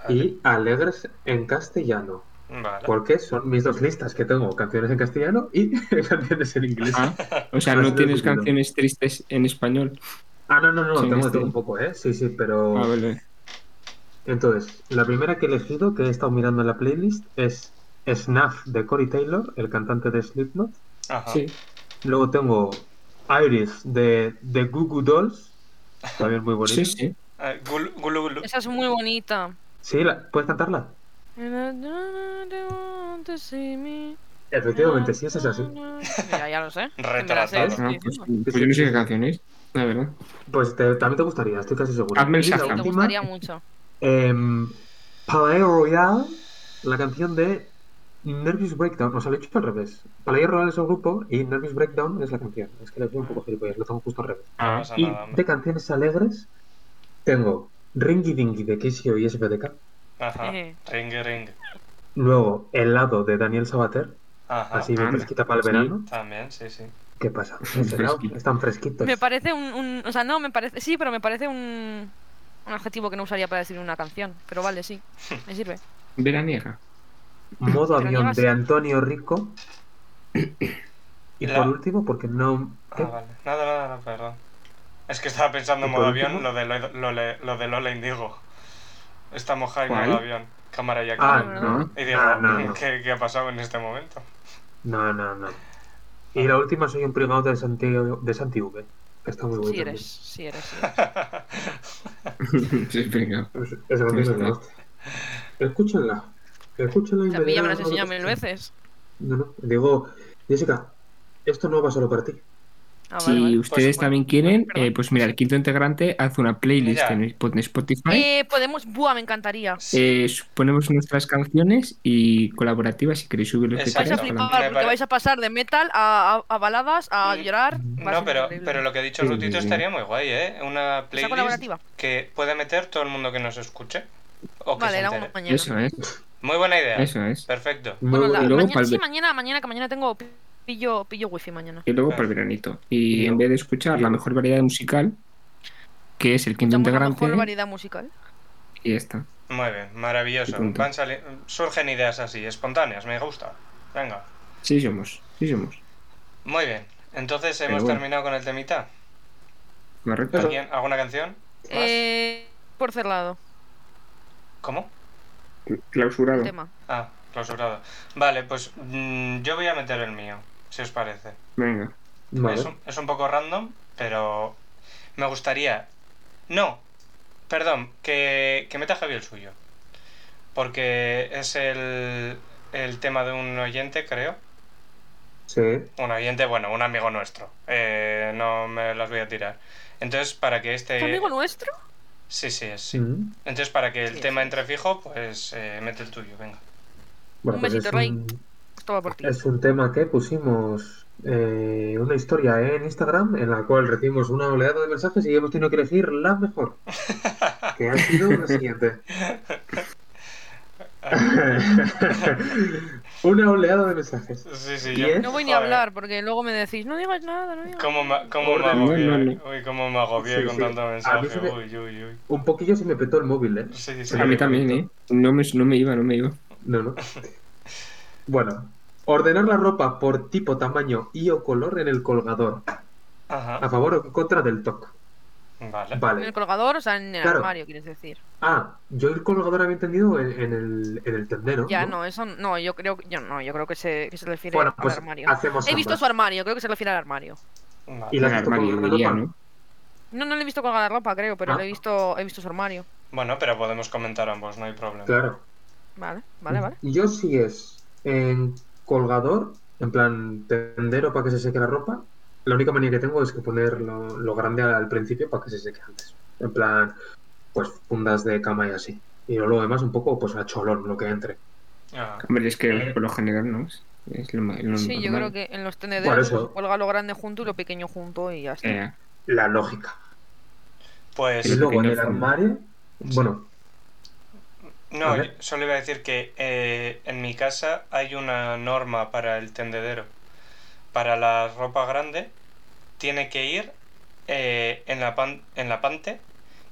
y alegres en castellano.
Vale.
Porque son mis dos listas que tengo, canciones en castellano y canciones en inglés. Ah,
Ah, o sea, no
Pues no
tienes
entiendo.
canciones tristes en español.
Ah, no, no, no,
Sí, en
tengo,
este.
tengo un poco, ¿eh? Sí, sí, pero...
Ah, vale.
Entonces, la primera que he elegido, que he estado mirando en la playlist, es Snuff de Corey Taylor, el cantante de Slipknot.
Ajá.
Sí.
Luego tengo Iris de The Goo Goo Dolls, también muy bonito.
Sí, sí.
Eh, gulu- gulu- gulu.
Esa es muy bonita.
Sí, la- ¿puedes cantarla?
And I don't want to see me.
Efectivamente, sí, esa es así.
Ya, ya lo sé. Que me la sé,
Retratado.
te
Ah,
estoy
pues,
diciendo.
pues yo no sé qué canciones. La verdad.
Pues te- también te gustaría, estoy casi seguro.
Hazme el
Y la
Shazam.
Te
última,
gustaría mucho.
em, Palais Royal, la canción de Nervous Breakdown. Nos lo he dicho al revés. Palais Royal es un grupo y Nervous Breakdown es la canción. Es que lo he hecho un poco gilipollas, lo tengo justo al revés.
No
Ah,
pasa
Y
nada, hombre.
de canciones alegres tengo Ringy Dingy de Kishio y SBDK. Ah.
Ajá.
Eh.
Ring, ring.
Luego El lado de Daniel Sabater,
Ajá.
así bien
Anda,
fresquita para el
sí.
verano.
También, sí, sí.
¿Qué pasa?
Son
Ese lado,
fresquitos.
Están fresquitos.
Me parece un, un- O sea, no, me parece. Sí, pero me parece un. Un adjetivo que no usaría para decir una canción. Pero vale, sí. Me sirve.
veraniega.
Modo
Pero
avión
llevas-
de Antonio Rico. Y
La-
por último, porque no.
Ah,
¿qué?
vale. Nada, nada, nada, perdón. Es que estaba pensando en
¿Y
modo
por
avión
último?
lo de, lo, lo le- lo de Lola Indigo. Está mojada en
¿Cuál?
modo avión. Cámara ya
Ah,
no,
no.
Y digo,
Ah, no, no.
¿qué, qué ha pasado en este momento?
No, no, no. Y la última soy un primado de Santiago, de Santiago, que está muy bueno.
Sí eres, sí eres, sí eres.
Sí, venga.
también. Es- esa canción es la hostia. Escúchenla. Escúchenla y
O sea, a mí ya me lo has
verán-
enseñado mil veces.
No, no. Digo, Jessica, esto no va solo para ti.
Ah, vale,
Si
vale.
Pues,
ustedes
bueno,
también quieren,
perdón.
eh, pues mira, el quinto integrante hace una playlist
Ya.
en Sp- en Spotify.
Eh, podemos. Buah, me encantaría.
eh, ponemos nuestras canciones y colaborativas si queréis subir lo que
Exacto.
Vais a
queráis.
Exactamente.
flipar
para-
Me
porque
pare-
vais a pasar de metal a, a- a baladas, a
Mm.
llorar. Va a
No,
ser
pero,
increíble.
pero lo que ha dicho
Sí,
Rutito
sí, sí.
estaría muy guay, ¿eh? Una
Esa
playlist
colaborativa.
que pueda meter todo el mundo que nos escuche. O que
Vale,
se
la hago
entere.
mañana.
Eso es,
Muy buena idea.
eso es.
Perfecto.
Muy
Bueno,
buena
la-
Y luego
mañana,
pa'l
sí,
ver-
mañana, mañana, que mañana tengo pillo, pillo wifi mañana.
Y luego para el veranito. Y en vez de escuchar la mejor variedad musical, que es el quinto
Escuchamos la
integrante,
mejor variedad musical.
y ya está.
Muy bien, maravilloso.
Y punto.
Van sali- Surgen ideas así, espontáneas, me gusta. Venga.
Sí somos, sí somos.
Muy bien. Entonces
Pero
hemos
bueno.
terminado con el temita.
Correcto.
Eso.
¿Alguien- ¿Alguna canción? ¿Más?
Eh, por cerrado,
¿Cómo?
Clausurado.
tema.
Ah, clausurado. Vale, pues mm, yo voy a meter el mío, si os parece.
Venga.
Vale.
Es, un, es un poco random, pero me gustaría. No, perdón, que, que meta Javi el suyo. Porque es el, el tema de un oyente, creo.
Sí.
Un oyente, bueno, un amigo nuestro. Eh, no me las voy a tirar. Entonces, para que
Eh,
este.
¿Tu amigo nuestro?
Sí, sí, es. sí.
Mm.
Entonces, para que el
Sí,
tema
sí.
entre fijo, pues eh, mete el tuyo, venga.
Bueno,
Un
pues
besito,
es
Rey.
un-
Esto va por ti.
Es un tema que pusimos eh, una historia en Instagram en la cual recibimos una oleada de mensajes y hemos tenido que elegir la mejor, que ha sido la siguiente. una oleada de mensajes.
Sí, sí,
¿Y
yo.
es?
No voy ni a
Joder,
hablar porque luego me decís, no digas nada, no digas
¿Cómo me, cómo me
Orden.
agobié?
No, no,
Uy, cómo me agobié
Sí,
con
sí.
tanto
A mí
mensaje.
se me-
Uy, uy, uy.
Un poquillo se me petó el móvil, ¿eh?
Sí, sí,
A mí también, ¿eh? No me, no me iba, no me iba.
No, no. Bueno, ordenar la ropa por tipo, tamaño y o color en el colgador, a
Ajá.
favor o en contra del TOC.
Vale.
En
Vale.
el colgador, o sea, en el
Claro.
armario, quieres decir.
Ah, yo el colgador había entendido en, en el, en el tendero.
Ya, no, eso no, yo creo, yo no, yo creo que se, que se refiere
Bueno,
al
pues
armario.
hacemos
He visto
ambas.
su armario, creo que se refiere al armario.
vale.
Y la
En el
has visto
armario,
colgando
diría,
ropa?
¿no?
No, no le he visto colgar la ropa, creo, pero
Ah.
le he visto, he visto su armario.
Bueno, pero podemos comentar ambos, no hay problema.
Claro.
Vale, vale, vale.
Yo sí es en colgador, en plan tendero para que se seque la ropa. La única manía que tengo es que poner lo, lo grande al principio para que se seque antes. En plan, pues fundas de cama y así. Y luego demás un poco pues a cholón lo que entre.
Ah,
Hombre, es que por lo general no es, es lo, ma- lo
Sí, yo creo
normal.
que en los
Por
tendederos
eso.
pues, cuelga lo grande junto y lo pequeño junto y ya está.
Eh,
La lógica. Y
Sí,
pues
lo
luego en
pequeño
el
al fondo.
armario, bueno,
no,
a ver.
yo solo iba a decir que eh, en mi casa hay una norma para el tendedero. Para la ropa grande tiene que ir eh, en, la pan- en la pante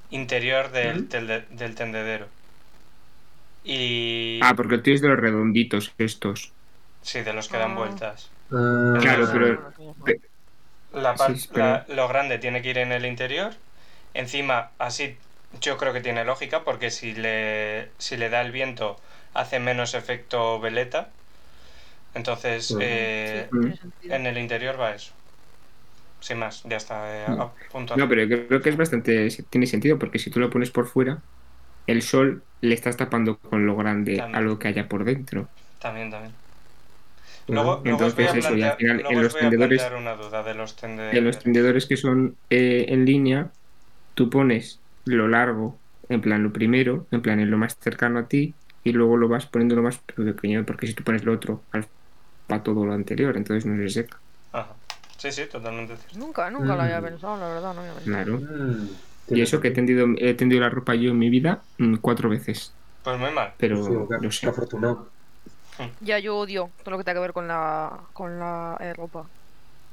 interior del,
Ujú.
telde- del tendedero. Y...
Ah, porque el tío es de los redonditos estos.
Sí, de los que dan
Ah.
vueltas.
ah,
Claro, pero-
pero...
La par-
Sí, pero-
la- lo grande tiene que ir en el interior. Encima, así yo creo que tiene lógica, porque si le, si le da el viento hace menos efecto veleta. Entonces,
Ujú.
eh,
Sí.
en el interior va eso. Sin más, ya está. eh,
No.
a- punto.
No, pero yo creo que es bastante. Tiene sentido porque si tú lo pones por fuera, el sol le estás tapando con lo grande
También.
a lo que haya por dentro.
También, también.
ah,
Luego, luego os voy a
Entonces, eso, y al
plantear-
final, en
luego os
los
voy a
tendedores-
plantear una duda de los tendederos.
En los tendedores que son eh, en línea, tú pones lo largo, en plan lo primero, en plan en lo más cercano a ti, y luego lo vas poniendo lo más pequeño, porque si tú pones lo otro, al- va todo lo anterior, entonces no se seca.
Ajá. Sí, sí, totalmente cierto.
Nunca, nunca lo había
Mm.
pensado, la verdad, no había pensado.
Claro.
mm,
Y eso que he tendido, he tendido la ropa yo en mi vida mm, cuatro veces,
Pues muy mal.
pero
Sí, qué-
lo
qué
sé.
afortunado.
Ya yo odio todo lo que tenga que ver con la, con la eh, ropa.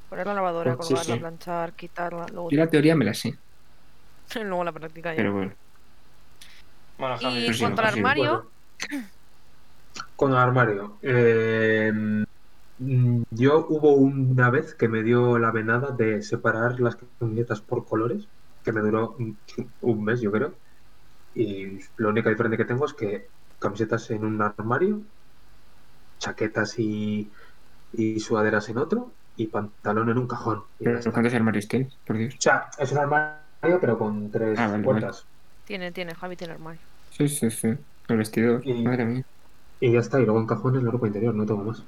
Poner la lavadora,
Pues Sí,
colgarla,
sí.
planchar, quitarla, luego,
Yo la teoría me la sé,
luego la práctica ya.
pero bueno.
Bueno, Javi,
Y en
Pues sí,
cuanto al
sí,
armario,
Con el armario. eh, mm, yo hubo una vez que me dio la venada de separar las camisetas por colores, que me duró un, un mes, yo creo. Y la única diferencia que tengo es que camisetas en un armario, chaquetas y, y sudaderas en otro, y pantalón en un cajón. Y ya
Pero
está.
¿Cuántos armarios tienes? Por Dios.
O sea, es un armario, pero con tres
Ah, vale,
puertas.
Tiene, tiene, Javi tiene armario.
Sí, sí, sí. El vestidor.
Y-
Madre mía.
Y ya está, y luego en cajones la ropa interior, no tengo más.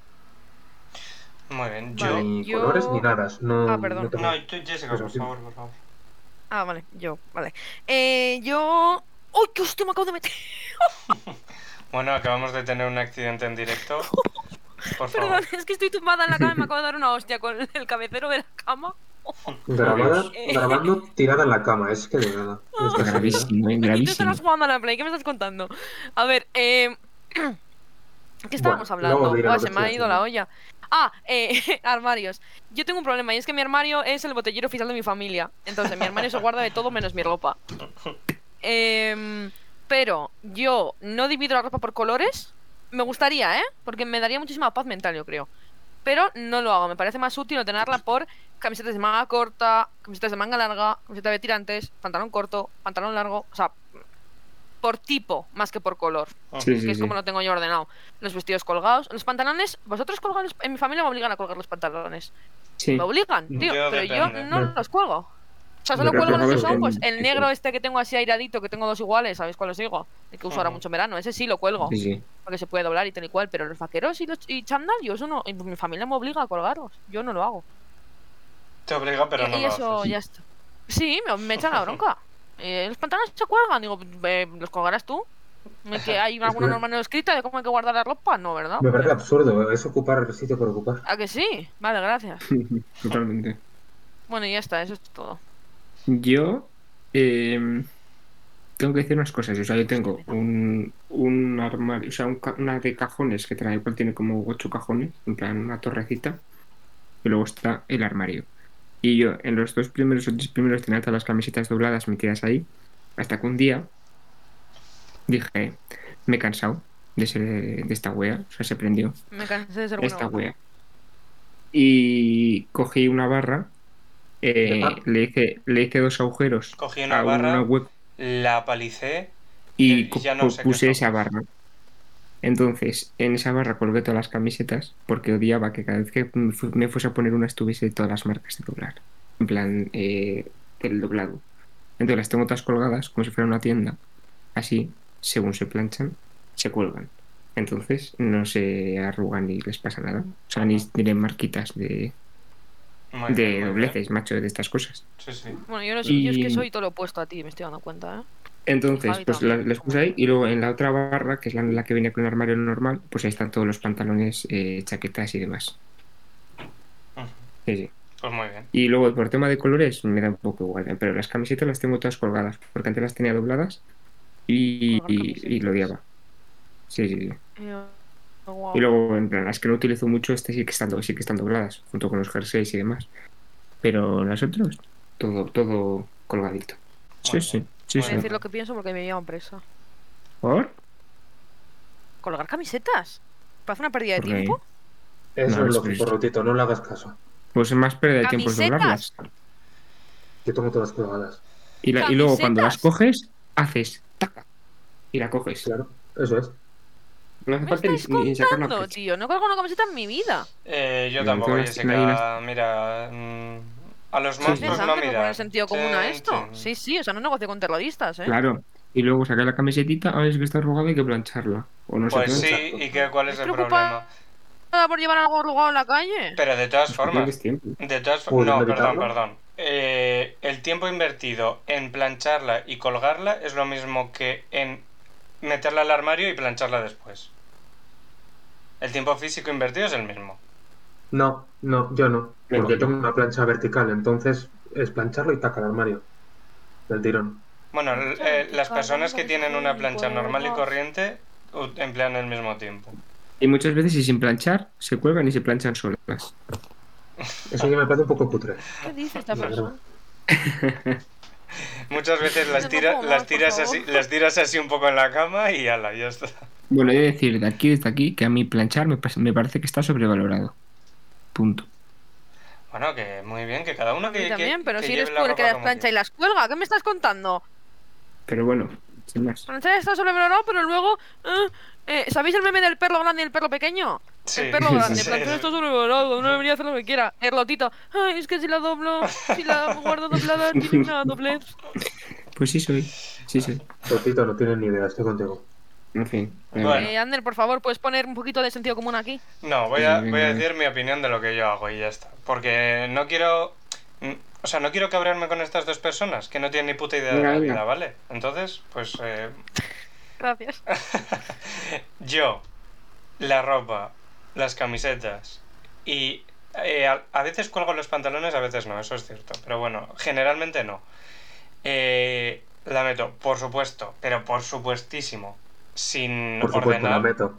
Muy bien. Yo.
Vale.
Ni
Yo-
colores ni nada. No,
Ah, perdón.
no tengo-
No, tú, Jessica,
Eso
por
sí.
favor, por favor.
Ah, vale, yo, vale. Eh, yo. ¡Uy, qué hostia me acabo de meter!
Bueno, acabamos de tener un accidente en directo. Por favor.
Perdón, es que estoy tumbada en la cama y me acabo de dar una hostia con el cabecero de la cama.
Grabada,
Eh.
grabando tirada en la cama, es que de nada.
Ah.
Es que-
Gravísimo, eh,
Y tú
gravísimo.
estarás jugando a la Play, ¿qué me estás contando? A ver, eh... ¿qué estábamos
Bueno,
hablando?
luego diré lo
Buah,
que
se me ha
estoy
ido la
haciendo.
olla. Ah, eh, armarios. Yo tengo un problema y es que mi armario es el botellero oficial de mi familia. Entonces, en mi armario se guarda de todo menos mi ropa. Em, pero yo no divido la ropa por colores. Me gustaría, ¿eh? Porque me daría muchísima paz mental, yo creo. Pero no lo hago. Me parece más útil tenerla por camisetas de manga corta, camisetas de manga larga, camiseta de tirantes, pantalón corto, pantalón largo. O sea, por tipo más que por color,
Sí,
que
sí,
es
sí.
como lo tengo yo ordenado. Los vestidos colgados, los pantalones, vosotros colgáis, en mi familia me obligan a colgar los pantalones.
Sí.
Me obligan, tío,
Yo
pero
depende.
yo no
No.
los cuelgo. O sea, solo
Yo
cuelgo
creo
los
que
dos
depende.
ojos. El negro este que tengo así airadito, que tengo dos iguales, ¿sabéis cuál os digo? El que uso ahora
Ujú.
mucho en verano, ese sí lo cuelgo,
Sí, sí.
porque se puede doblar y tal y cual, pero los vaqueros y los y chándal, yo eso no, y mi familia me obliga a colgaros, yo no lo hago.
Te obliga, pero
Y-
no
y
lo
eso
haces.
ya está. Sí, me, me echan la bronca. Eh, los pantalones se cuelgan, digo, eh, ¿los colgarás tú? ¿Es que ¿Hay alguna
que-
norma no escrita de cómo hay que guardar la ropa? No, ¿verdad?
Me parece absurdo, es ocupar el sitio por ocupar.
¿A que sí? Vale, gracias.
Totalmente.
Bueno, y ya está, eso es todo.
Yo eh, tengo que decir unas cosas. O sea, yo tengo un, un armario, o sea, un ca- una de cajones que trae, cual tiene como ocho cajones, en plan una torrecita. Y luego está el armario. Y yo en los dos primeros o tres primeros tenía todas las camisetas dobladas metidas ahí. Hasta que un día dije, me he cansado de, ser, de esta wea. O sea, se prendió
Me cansé de ser
esta
bueno.
wea. Y cogí una barra, eh,
¿De pan?
le, hice, le hice dos agujeros
Cogí una
a
barra
hueco
La palicé.
y
y ya no
co-
sé qué
puse
son.
esa barra. Entonces, en esa barra colgué todas las camisetas porque odiaba que cada vez que me fu- me fuese a poner una estuviese de todas las marcas de doblar. En plan, eh, del doblado. Entonces las tengo todas colgadas como si fuera una tienda. Así, según se planchan, se cuelgan. Entonces no se arrugan ni les pasa nada. O sea, ni tienen marquitas de,
Muy bien, muy
de
bien.
dobleces, macho, de estas cosas.
Sí, sí.
Bueno, yo, no soy, yo es que
Y-
soy todo lo opuesto a ti, me estoy dando cuenta, ¿eh?
Entonces,
Javi
pues
también,
la- las
como
puse ahí
yo.
y luego en la otra barra, que es la, la que venía con el armario normal, pues ahí están todos los pantalones, eh, chaquetas y demás.
Ujú.
Sí, sí.
Pues muy bien.
Y luego por tema de colores me da un poco igual, eh, pero las camisetas las tengo todas colgadas, porque antes las tenía dobladas y,
Colgar
y- y
camisetas.
lo odiaba. Sí, sí, sí.
Eh, guau.
Y luego, en plan, las que no utilizo mucho, estas sí que están, do- sí que están dobladas, junto con los jerseys y demás. Pero las otras, todo, todo colgadito. Sí,
Bueno,
sí,
Voy
sí,
a
sí.
bueno.
decir lo que pienso porque me llevan presa.
¿Por?
¿Colgar camisetas? ¿Parece una pérdida de
Porque-
tiempo?
Eso
No,
es
es
lo que
triste.
Rutito, no le hagas caso.
Pues es más pérdida de tiempo es
¿Camisetas?
doblarlas.
Yo tengo todas colgadas.
Y, la- y luego cuando las
Camisetas.
coges, haces taca y la coges.
Claro, eso es.
No hace
¿Me
falta ni,
estáis
ni sacar una
contando,
flecha.
tío? No colgo una camiseta en mi vida.
Eh, yo
Pero
tampoco,
entonces
Jessica.
hay unas-
Mira. mm, a los
Sí,
¿Estáis
monstruos
pensando que
no
no poner
miras.
sentido común a
Chin,
esto?
chin.
Sí, sí, o sea, no negocio con terroristas, ¿eh?
Claro. Y luego sacar la camisetita, ahora es que está arrugada hay que plancharla. O no
Pues
se plancha.
sí, ¿y qué, cuál es
¿Estáis
el
preocupados
problema?
por llevar algo arrugado en la calle?
Pero de todas
No
formas,
pierdes tiempo.
De todas formas,
¿Puedo
no, perdón,
evitarlo?
perdón. Eh, el tiempo invertido en plancharla y colgarla es lo mismo que en meterla al armario y plancharla después. El tiempo físico invertido es el mismo.
No, no, yo no.
Venga.
Porque tengo una plancha vertical, entonces es plancharlo y taca el armario. Del tirón.
Bueno, el-
Ya,
eh,
qué
las
cabrón,
personas que
que
tienen
soy,
una plancha
por
normal y
Dios.
corriente u- emplean el mismo tiempo.
Y muchas veces y sin planchar, se cuelgan y se planchan solas.
Eso ya me parece un poco cutre.
¿Qué dice esta
No,
persona?
Muchas veces las,
No
tira-
puedo más,
las,
por
tiras
favor.
así, las tiras así un poco en la cama y ala, ya está.
Bueno, he de decir de aquí, desde aquí, que a mí planchar me, pas- me parece que está sobrevalorado. Punto.
Bueno, que muy bien, que cada uno
A mí
que.
también, pero si eres
lleve la
tú el que
ropa
las
como
plancha y las cuelga, ¿qué me estás contando?
Pero bueno, sin más.
Francés está sobrevalorado, pero luego. eh, eh, ¿Sabéis el meme del perro grande y el perro pequeño?
Sí.
El perro grande.
Sí,
Francés
sí.
está sobrevalorado, uno debería hacer lo que quiera. Erlotito. Ay, es que si la doblo, si la guardo doblada, tiene una doblez.
Pues sí soy. Sí soy.
Totito, no tienes ni idea, estoy contigo.
En fin. eh,
Bueno.
Eh, Ander, por favor, puedes poner un poquito de sentido común aquí.
No, voy a,
Venga,
voy a
venga.
decir mi opinión de lo que yo hago y ya está. Porque no quiero. mm, O sea, no quiero cabrearme con estas dos personas que no tienen ni puta idea de
Venga,
la
venga.
vida, ¿vale? Entonces, pues eh,
Gracias.
yo, la ropa, las camisetas y eh, a, a veces cuelgo los pantalones, a veces no, eso es cierto. Pero bueno, generalmente no. Eh, la meto, por supuesto, pero por supuestísimo, sin
Por supuesto, la
ordenar.
meto.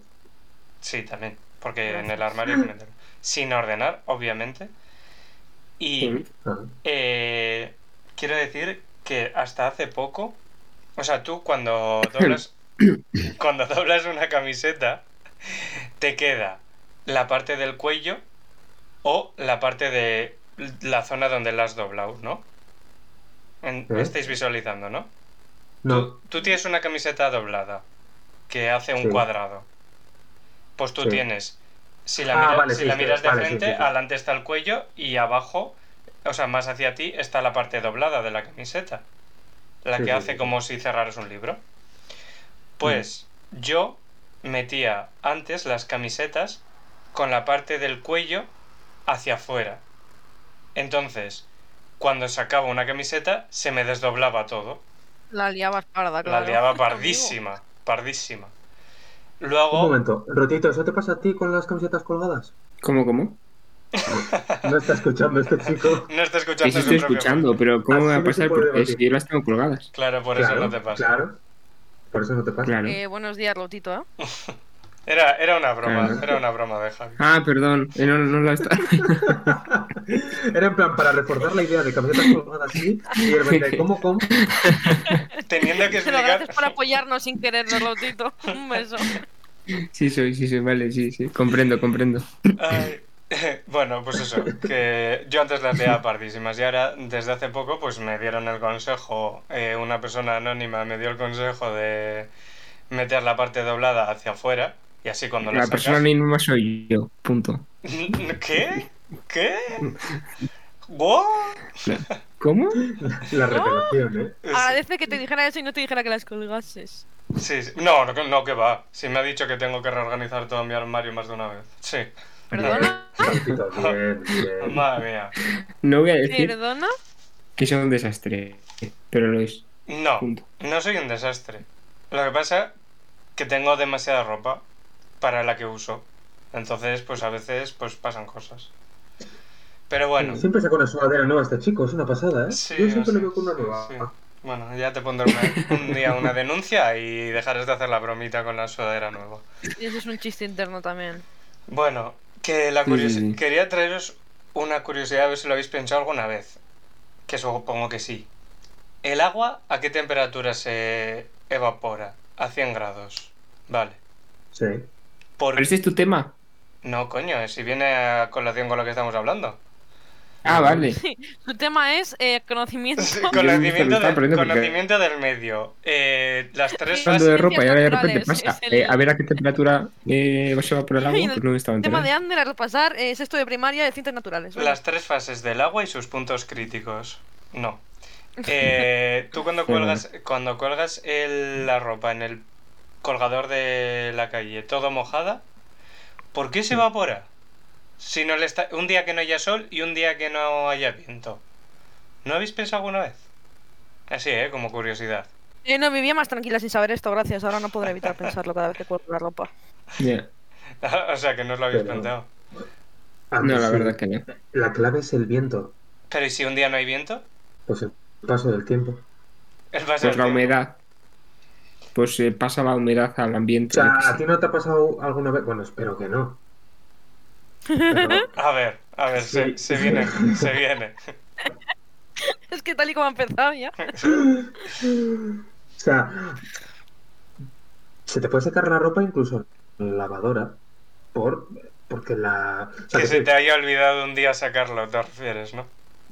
Sí, también. Porque en el
Gracias.
armario hay que meterlo. Sin ordenar, obviamente. Y
sí.
Ah,
eh, quiero decir que hasta hace poco. O sea, tú cuando doblas. cuando doblas una camiseta, te queda la parte del cuello o la parte de la zona donde la has doblado, ¿no? En-
¿Eh?
Estáis visualizando, ¿no?
No,
Tú tienes una camiseta doblada que hace un
Sí.
cuadrado. Pues tú
Sí.
tienes. Si la,
Ah,
mira-
vale,
si
sí,
la
sí,
miras de
vale, sí,
frente,
sí, sí.
adelante está el cuello y abajo, o sea, más hacia ti, está la parte doblada de la camiseta. La
Sí,
que
sí,
hace
sí.
como si cerraras un libro. Pues
Mm.
yo metía antes las camisetas con la parte del cuello hacia afuera. Entonces, cuando sacaba una camiseta, se me desdoblaba todo.
La liabas parda,
La
Ah, claro.
liaba
Amigo.
pardísima, pardísima.
un
Luego,
momento. Rotito, ¿eso te pasa a ti con las camisetas colgadas?
¿Cómo, cómo?
No está escuchando este chico.
no está
Sí, sí
escuchando su
estoy
propio
escuchando, pero ¿cómo
Así
me va a
no se
pasar?
puede
Porque
debatir.
si yo las tengo colgadas.
Claro, por eso no te pasa.
Claro. Por eso no te pasa.
Claro.
Eh, buenos días, Lotito, ¿eh?
Era, era una broma,
Claro.
era una broma de Javi.
Ah, perdón. eh, No, no la está.
Era en plan para reforzar la idea de camisetas colgadas así y el vender cómo cómo.
Teniendo
Pero
que explicar.
gracias por apoyarnos sin querernos, Lotito. Un beso.
Sí soy, sí soy, vale, sí, sí. Comprendo, comprendo.
Ay, bueno, pues eso, que yo antes las liaba pardísimas y ahora, desde hace poco, pues me dieron el consejo, eh, una persona anónima me dio el consejo de meter la parte doblada hacia afuera y así cuando la,
La
sacas-
persona mínima soy yo. Punto.
¿Qué? ¿Qué? ¿What?
¿Cómo?
La revelación, ¿eh?
Agradece que te dijera eso y no te dijera que las colgases.
Sí, sí. No, no, que- no, que va. Si me ha dicho que tengo que reorganizar todo mi armario más de una vez. Sí.
¿Perdona?
Rotito, bien, bien.
Madre mía.
No voy a decir
¿Perdona?
que sea un desastre, pero lo es.
No,
Punto.
no soy un desastre. Lo que pasa que tengo demasiada ropa para la que uso. Entonces, pues a veces pues pasan cosas. Pero bueno.
Siempre saca una sudadera nueva este chico, es una pasada, ¿eh?
Sí,
Yo siempre
sí,
lo veo con una
sí,
nueva.
sí. Bueno, ya te pondré una- un día una denuncia y dejarás de hacer la bromita con la sudadera nueva.
Eso es un chiste interno también.
Bueno, que la
Sí, sí,
curiosi-
sí.
quería traeros una curiosidad, a ver si lo habéis pensado alguna vez. Que supongo que sí. ¿El agua a qué temperatura se evapora? A 100 grados. Vale.
Sí.
Por...
¿Pero este es tu tema?
No, coño, eh, si viene a colación con lo que estamos hablando.
Ah, vale.
Su tema es eh, conocimiento.
conocimiento,
estaba
del-
perdiendo porque-
conocimiento del medio. Eh, las tres
Hablando
fases...
de ropa y ahora de repente
Naturales,
pasa.
es el-
eh, a ver a qué temperatura eh, se va por el agua, pues no me estaba
El tema
enterando.
de Ander a repasar eh, es esto de primaria de ciencias naturales. ¿vale?
Las tres fases del agua y sus puntos críticos. No. Eh, tú cuando
Sí, bueno.
cuelgas, cuando cuelgas el- la ropa en el colgador de la calle, todo mojada, ¿por qué se evapora? Si no le está, un día que no haya sol y un día que no haya viento. ¿No habéis pensado alguna vez? Así, ¿eh? Como curiosidad.
Eh, no, vivía más tranquila sin saber esto, gracias. Ahora no podré evitar pensarlo cada vez que cuelgo la ropa.
Ya.
o sea, que no os lo habéis
Pero-
planteado.
Ah,
No, la
sí.
verdad que no.
La clave es el viento.
Pero ¿y si un día no hay viento?
Pues el paso del tiempo.
El paso
Pues
del
la
tiempo.
humedad. Pues eh, pasa la humedad al
O
ambiente.
sea,
yo
¿a ti no te ha pasado alguna vez? Bueno, espero que no. Pero-
A ver, a ver, se,
Sí.
se viene, se viene.
Es que tal y como ha empezado ya.
O sea, se te puede secar la ropa incluso en la lavadora por porque la o sea,
Que
que
se
sí,
te haya olvidado un día sacarlo, te refieres, ¿no?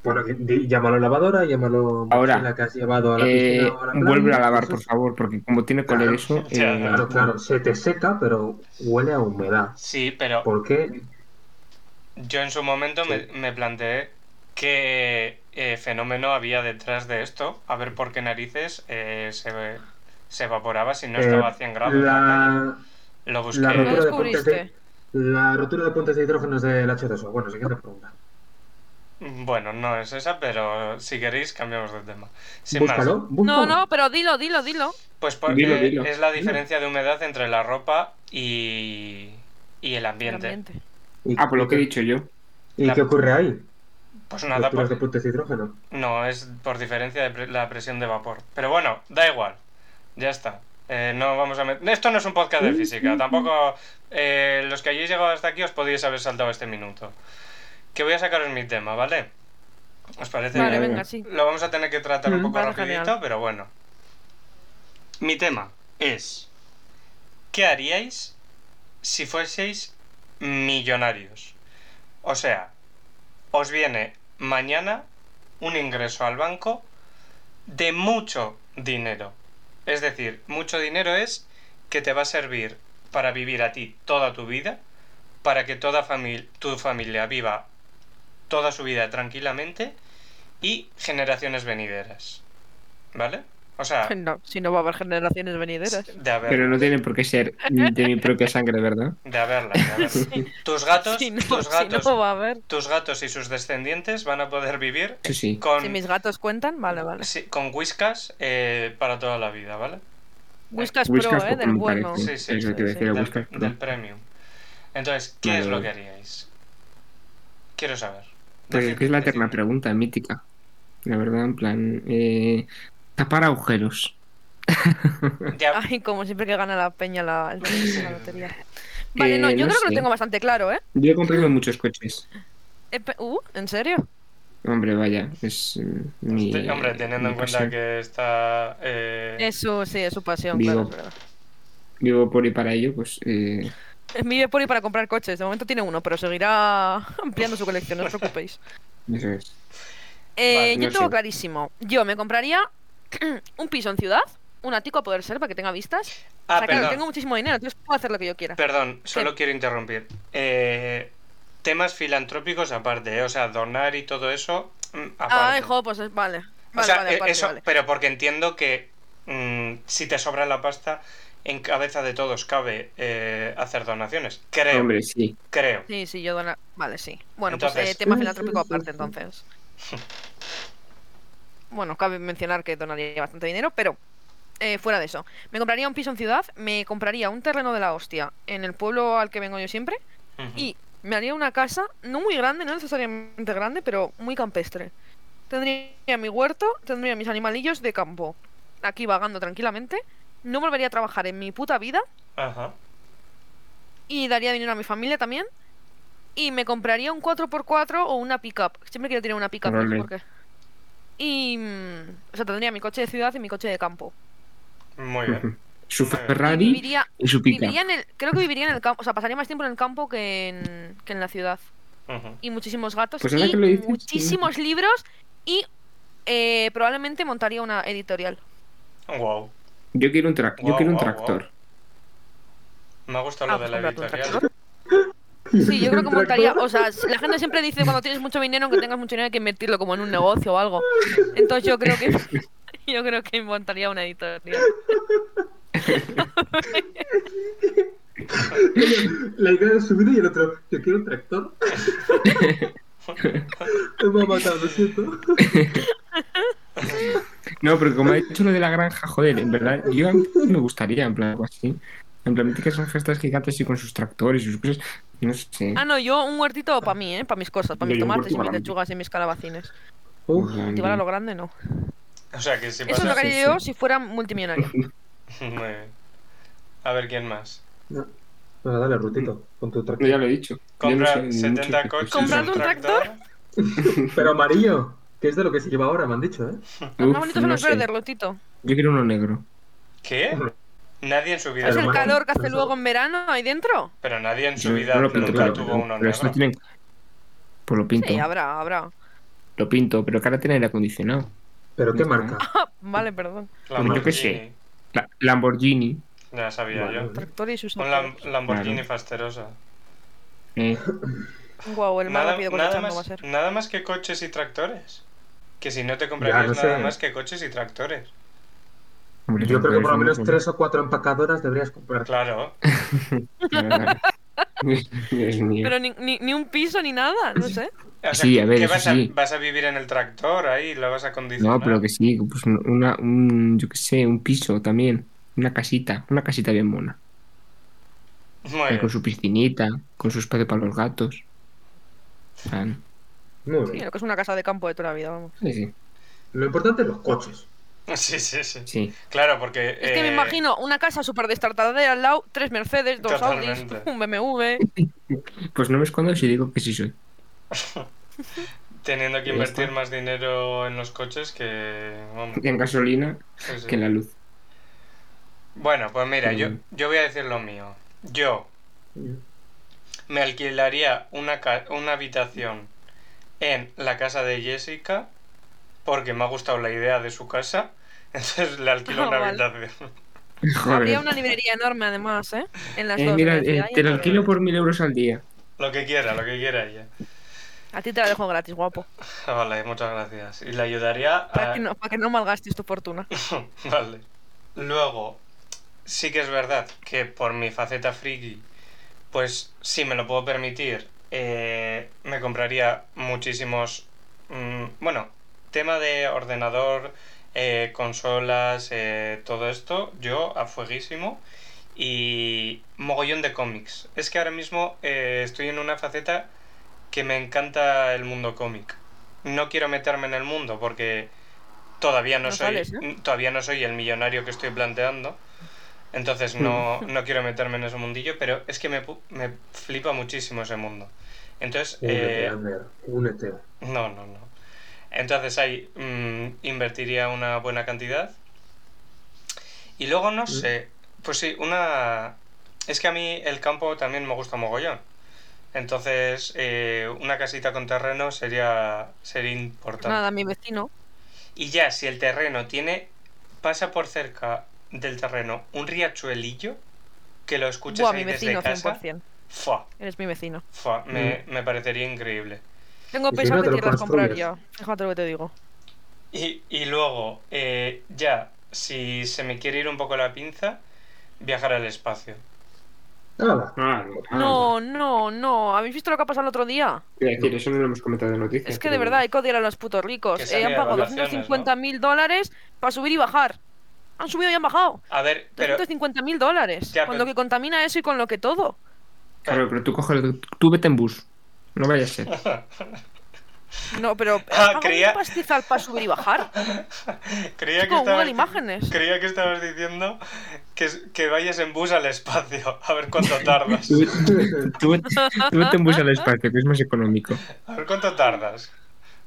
Bueno, di- di- llámalo lavadora, llámalo
Ahora,
mochila que has llevado a la
Eh,
piscina o a la playa,
vuelve a lavar,
eso
por
es-
favor, porque como tiene color
Claro,
eso,
ya,
eh,
Claro, claro, se te seca, pero huele a humedad.
Sí, pero
¿Por qué?
yo en su momento me,
Sí.
me planteé qué eh, fenómeno había detrás de esto, a ver por qué narices eh, se, se evaporaba si no
Eh,
estaba a 100 grados.
La,
Lo busqué.
la
¿Lo
rotura de puentes
descubriste?
de, la rotura de puentes de hidrógenos del H2O. Bueno, siguiente pregunta.
Bueno, no es esa, pero si queréis cambiamos de tema. Sin más,
búscalo,
No,
búscalo.
no, pero dilo, dilo, dilo.
pues porque
Dilo, dilo,
es la
dilo.
diferencia de humedad entre la ropa y, y el
El
ambiente.
ambiente.
¿Y,
Ah, por lo que he dicho yo.
¿Y qué ocurre ahí?
Pues nada,
Roturas de
por-
puentes de hidrógeno.
no, es por diferencia de pre- la presión de vapor. Pero bueno, da igual, ya está. Eh, no vamos a met- Esto no es un podcast
Mm,
de física, tampoco eh, los que hayáis llegado hasta aquí os podíais haber saltado este minuto. Que voy a sacaros mi tema, ¿vale? ¿Os parece?
Vale,
venga.
venga, sí.
Lo vamos a tener que tratar un
Mm,
poco
vale,
rapidito,
genial.
pero bueno. Mi tema es ¿qué haríais si fueseis millonarios? O sea, os viene mañana un ingreso al banco de mucho dinero. Es decir, mucho dinero es que te va a servir para vivir a ti toda tu vida, para que toda fami- tu familia viva toda su vida tranquilamente y generaciones venideras. ¿Vale? O sea,
No, si no va a haber generaciones venideras.
de
Pero
haberla.
no tiene por qué ser de mi propia sangre, ¿verdad?
De haberla, de haberla. Tus gatos,
Si no,
tus
si
gatos,
no va a haber.
tus gatos y sus descendientes van a poder vivir
Sí, sí.
con,
Si mis gatos cuentan, vale, vale.
sí, con whiskas eh, para toda la vida, ¿vale?
Whiskas
Whiskas
Pro, ¿eh?
Pro,
Del
me
bueno.
parece.
Sí, sí,
es lo que
sí,
decía,
sí.
del,
Whiskas Pro.
del premium. Entonces, ¿qué
Vale,
es lo
vale.
que haríais? Quiero saber.
Pues
Decid-
que es la eterna
decidme.
pregunta, mítica. La verdad, en plan, eh, tapar agujeros.
Ya,
Ay, como siempre que gana la peña la, el- la lotería. Vale,
Eh,
no, yo
no
creo que lo
sé.
tengo bastante claro, ¿eh?
Yo he comprado muchos coches.
Eh, pe- Uh, ¿en serio?
Hombre, vaya, es eh, mi.
te- hombre, teniendo
mi
en cuenta
pasión.
que está... eh,
Es su, sí, es su pasión,
Digo.
claro, es verdad.
Vivo por y para ello, pues. eh,
Vive por ahí para comprar coches. De momento tiene uno, pero seguirá ampliando su colección, no os preocupéis.
eso es.
Eh,
Vale,
yo
no
tengo
sé.
clarísimo. Yo me compraría un piso en ciudad, un ático a poder ser para que tenga vistas.
Ah,
o sea, claro,
perdón,
tengo muchísimo dinero, entonces puedo hacer lo que yo quiera.
perdón, solo quiero interrumpir. Eh, temas filantrópicos aparte, eh, o sea, donar y todo eso mm,
Ah,
aparte.
hijo, pues es- vale.
O
Vale,
sea,
vale,
eh,
aparte,
eso,
vale.
pero porque entiendo que mm, si te sobra la pasta, en cabeza de todos cabe eh, hacer donaciones. Creo,
Hombre, sí.
creo.
Sí, sí, yo dona. Vale, sí. Bueno, pues
Entonces-
eh, tema
Sí, sí,
filantrópico
sí,
aparte,
sí.
entonces. Bueno, cabe mencionar que donaría bastante dinero, pero eh, fuera de eso. Me compraría un piso en ciudad, me compraría un terreno de la hostia en el pueblo al que vengo yo siempre
Ujú.
y me haría una casa, no muy grande, no necesariamente grande, pero muy campestre. Tendría mi huerto, tendría mis animalillos de campo, aquí vagando tranquilamente. No volvería a trabajar en mi puta vida
Ajá.
y daría dinero a mi familia también. Y me compraría un 4x4 o una pickup. Siempre quiero tener una pickup, no sé
Vale.
por qué. Y. mm, O sea, tendría mi coche de ciudad y mi coche de campo.
Muy bien.
Su
Muy bien.
Y
Ferrari
viviría,
y su pica.
viviría en el. Creo que viviría en el campo. O sea, pasaría más tiempo en el campo que en, que en la ciudad.
Ujú.
Y muchísimos gatos.
Pues ahora
y
que lo dices, sí.
muchísimos libros. Y eh, probablemente montaría una editorial.
Wow.
Yo quiero un, tra-
Guau,
yo quiero un
guau,
tractor.
Me ha gustado
Ah,
lo de
pues
la
cómprate un
editorial.
Sí, yo creo que
Un tractor.
montaría. O sea, la gente siempre dice cuando tienes mucho dinero, aunque tengas mucho dinero, hay que invertirlo como en un negocio o algo. Entonces yo creo que. Yo creo que montaría una editorial.
La idea de su vida y el otro, yo quiero un tractor. Me ha matado, lo siento.
No, pero como ha dicho lo de la granja, joder, en verdad, yo a mí me gustaría, en plan, algo así. En plan, míticas granjas estas gigantes y con sus tractores y sus cosas. No sé.
Ah, no, yo un huertito para mí, ¿eh? Para mis cosas, para mis
Yo un
tomates y mis
huerto para mí.
lechugas y mis calabacines.
Uf,
Cultivar a lo grande, no.
O sea, que si
Eso es lo
pasa...
que haría
sí,
yo si fuera multimillonario.
Muy bien. A ver, ¿quién más?
Bueno, dale, Rutito, con tu tractor.
ya lo he dicho. Yo no
Comprar
sé mucho
70
de
coches.
cosas.
Comprad un tractor.
Pero amarillo, que es de lo que se lleva ahora, me han dicho, ¿eh?
Los
Uf,
más bonitos son
no
los
sé.
verdes, Rotito.
Yo quiero uno negro.
¿Qué? Nadie en su vida...
Es
Pero
el
bueno,
calor que hace
pero eso-
luego en verano ahí dentro.
Pero nadie en su
Yo
vida
no lo pinto,
nunca
pero,
tuvo uno
pero esto
negro.
tienen. Pues lo pinto.
Sí, habrá, habrá.
lo pinto, pero que ahora tiene aire acondicionado.
¿Pero qué
No.
marca?
Vale, perdón.
Yo qué sé. La- Lamborghini.
Ya sabía
Vale.
yo.
Tractor y sus
Un Lam- Lamborghini Fasterosa.
eh,
Wow, el más
Nada,
rápido
nada
colechando
más,
va a ser.
nada más que coches y tractores. Que si no te comprarías
no
nada
sé.
más que coches y tractores.
hombre,
Yo creo que por lo
es
menos
muy-
tres o cuatro empacadoras deberías comprar.
Claro.
Dios mío.
Pero ni, ni, ni un piso ni nada, no sé.
O sea,
Sí, a ver,
¿qué
eso
vas, a,
sí.
vas a vivir en el tractor ahí? ¿Lo vas a condicionar?
No, pero que sí, pues una, un, yo qué sé, un piso también, una casita, una casita bien mona,
Muy bien.
con su piscinita, con su espacio para los gatos. Ah, no.
Muy
Sí,
bien.
lo que es una casa de campo de toda la vida, vamos.
Sí, sí,
Lo importante es los coches.
Sí, sí, sí.
sí.
Claro, porque...
Es que me
eh,
imagino una casa súper destartalada al lado, tres Mercedes, dos Audis,
Totalmente.
un BMW.
Pues no me escondo si digo que sí soy.
Teniendo que
Ya
invertir
está.
más dinero en los coches que... vamos,
En gasolina,
sí, sí.
que en la luz.
Bueno, pues mira, yo,
Mm.
yo voy a decir lo mío. Yo me alquilaría una, ca- una habitación en la casa de Jessica porque me ha gustado la idea de su casa. Entonces le alquilo
Ah,
una
vale.
habitación.
Habría
Joder.
una librería enorme, además, ¿eh? En las
Eh,
dos.
mira,
me decía,
eh,
"Ay,
te lo alquilo por mil euros al día.
Lo que quiera, lo que quiera ella.
A ti te la dejo gratis, guapo.
Ah, Vale, muchas gracias. Y le ayudaría
Para,
a...
que, no, para que no malgastes tu fortuna.
Vale. Luego, sí que es verdad que por mi faceta friki, pues si me lo puedo permitir, eh, me compraría muchísimos... mm, bueno, tema de ordenador, eh, consolas, eh, todo esto, yo a fueguísimo. Y mogollón de cómics. Es que ahora mismo eh, estoy en una faceta que me encanta el mundo cómic. No quiero meterme en el mundo porque todavía no,
No
soy
sales,
todavía no soy el millonario que estoy planteando. Entonces no, no quiero meterme en ese mundillo, pero es que me, pu- me flipa muchísimo ese mundo. Entonces,
Únete,
eh,
Ander, únete.
no, no, no. Entonces ahí mm, invertiría una buena cantidad. Y luego no sé, pues sí, una... Es que a mí el campo también me gusta mogollón. Entonces, eh, una casita con terreno sería, sería importante.
Nada, mi vecino.
Y ya, si el terreno tiene... pasa por cerca del terreno un riachuelillo, que lo escuchas
Buah,
ahí
mi
desde
vecino,
casa,
100%.
¡fua!
Eres mi vecino.
¡fua! Me, me parecería increíble.
Tengo
Y si
pensado
no, te
que
lo
tierras comprar ya.
construyes.
Fíjate lo que te digo.
Y, y luego, eh, ya, si se me quiere ir un poco la pinza, viajar al espacio.
Hala.
ah,
No, no, no. ¿Habéis visto lo que ha pasado el otro día?
Quiero decir, eso no lo hemos comentado en noticias.
Es que de
pero
verdad hay que odiar a los putos ricos.
Que
Eh,
salía
han
de
pagado
vacaciones,
250 mil dólares para subir y bajar. Han subido y han bajado.
A ver, pero
250 mil dólares.
Ya,
con
pero-
lo que contamina eso y con lo que todo.
Claro, pero tú coges, tú vete en bus. No vaya a ser.
No, pero.
Ah,
¿has pagado
creía-
un pastizal para subir y bajar?
creía que,
Con Google
estabas,
Imágenes.
creía que estabas diciendo que, que vayas en bus al espacio, a ver cuánto tardas.
Tú, tú vete- tú vete en bus al espacio, que es más económico.
A ver cuánto tardas.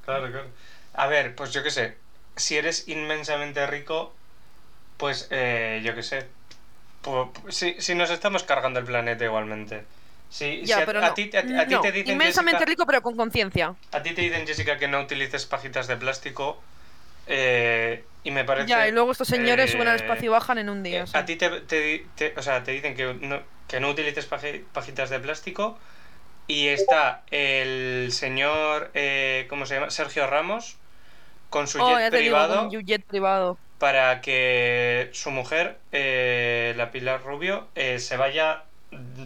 Claro, claro. A ver, pues yo qué sé. Si eres inmensamente rico, pues eh, yo qué sé. Pu- pu- Si, si nos estamos cargando el planeta igualmente. Si,
Ya,
si a,
pero
a
no.
ti, a ti- a ti
No,
te dicen
Inmensamente
Jessica,
rico, pero con conciencia.
a ti te dicen Jessica que no utilices pajitas de plástico eh, y me parece
Ya, y luego estos señores
eh,
suben al espacio y bajan en un día.
eh,
sí.
a ti te, te di- te- o sea, te dicen que no, que no utilices paji- pajitas de plástico y está el señor, eh, ¿cómo se llama? Sergio Ramos con su
Oh, ya
jet
te digo, con
privado
un jet privado.
para que su mujer, eh, la Pilar Rubio, eh, se vaya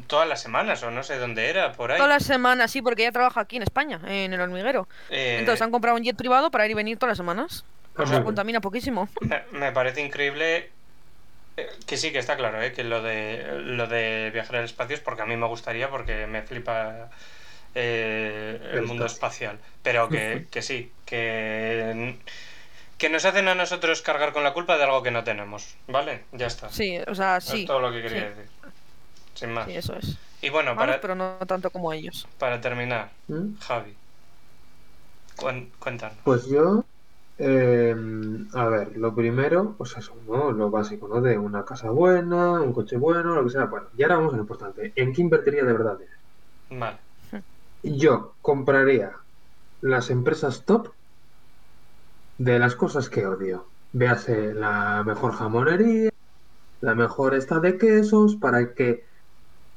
todas las semanas o no sé dónde era, por ahí.
Todas las semanas, sí, porque ella trabaja aquí en España, en el hormiguero.
Eh,
Entonces han comprado un jet privado para ir y venir todas las semanas.
Ah,
O sea,
vale.
contamina poquísimo.
Me, Eh, me parece increíble eh, que sí, que está claro, eh, que lo de lo de viajar al espacio es porque a mí me gustaría, porque me flipa eh, el,
El
mundo espacial. Pero que, que sí, que, que nos hacen a nosotros cargar con la culpa de algo que no tenemos, ¿vale? Ya está.
Sí, o sea,
es
sí.
todo lo que quería
sí.
decir. Sin más.
Sí, eso es.
Y bueno,
Vamos,
para,
pero no tanto como ellos.
para terminar,
¿Mm?
Javi, cuen- cuéntanos.
Pues yo, eh, a ver, lo primero, pues eso, ¿no? Lo básico, ¿no? De una casa buena, un coche bueno, lo que sea. Bueno, y ahora vamos a lo importante. ¿En qué invertiría de verdad?
Vale.
Yo compraría las empresas top de las cosas que odio. Véase la mejor jamonería, la mejor esta de quesos, para que,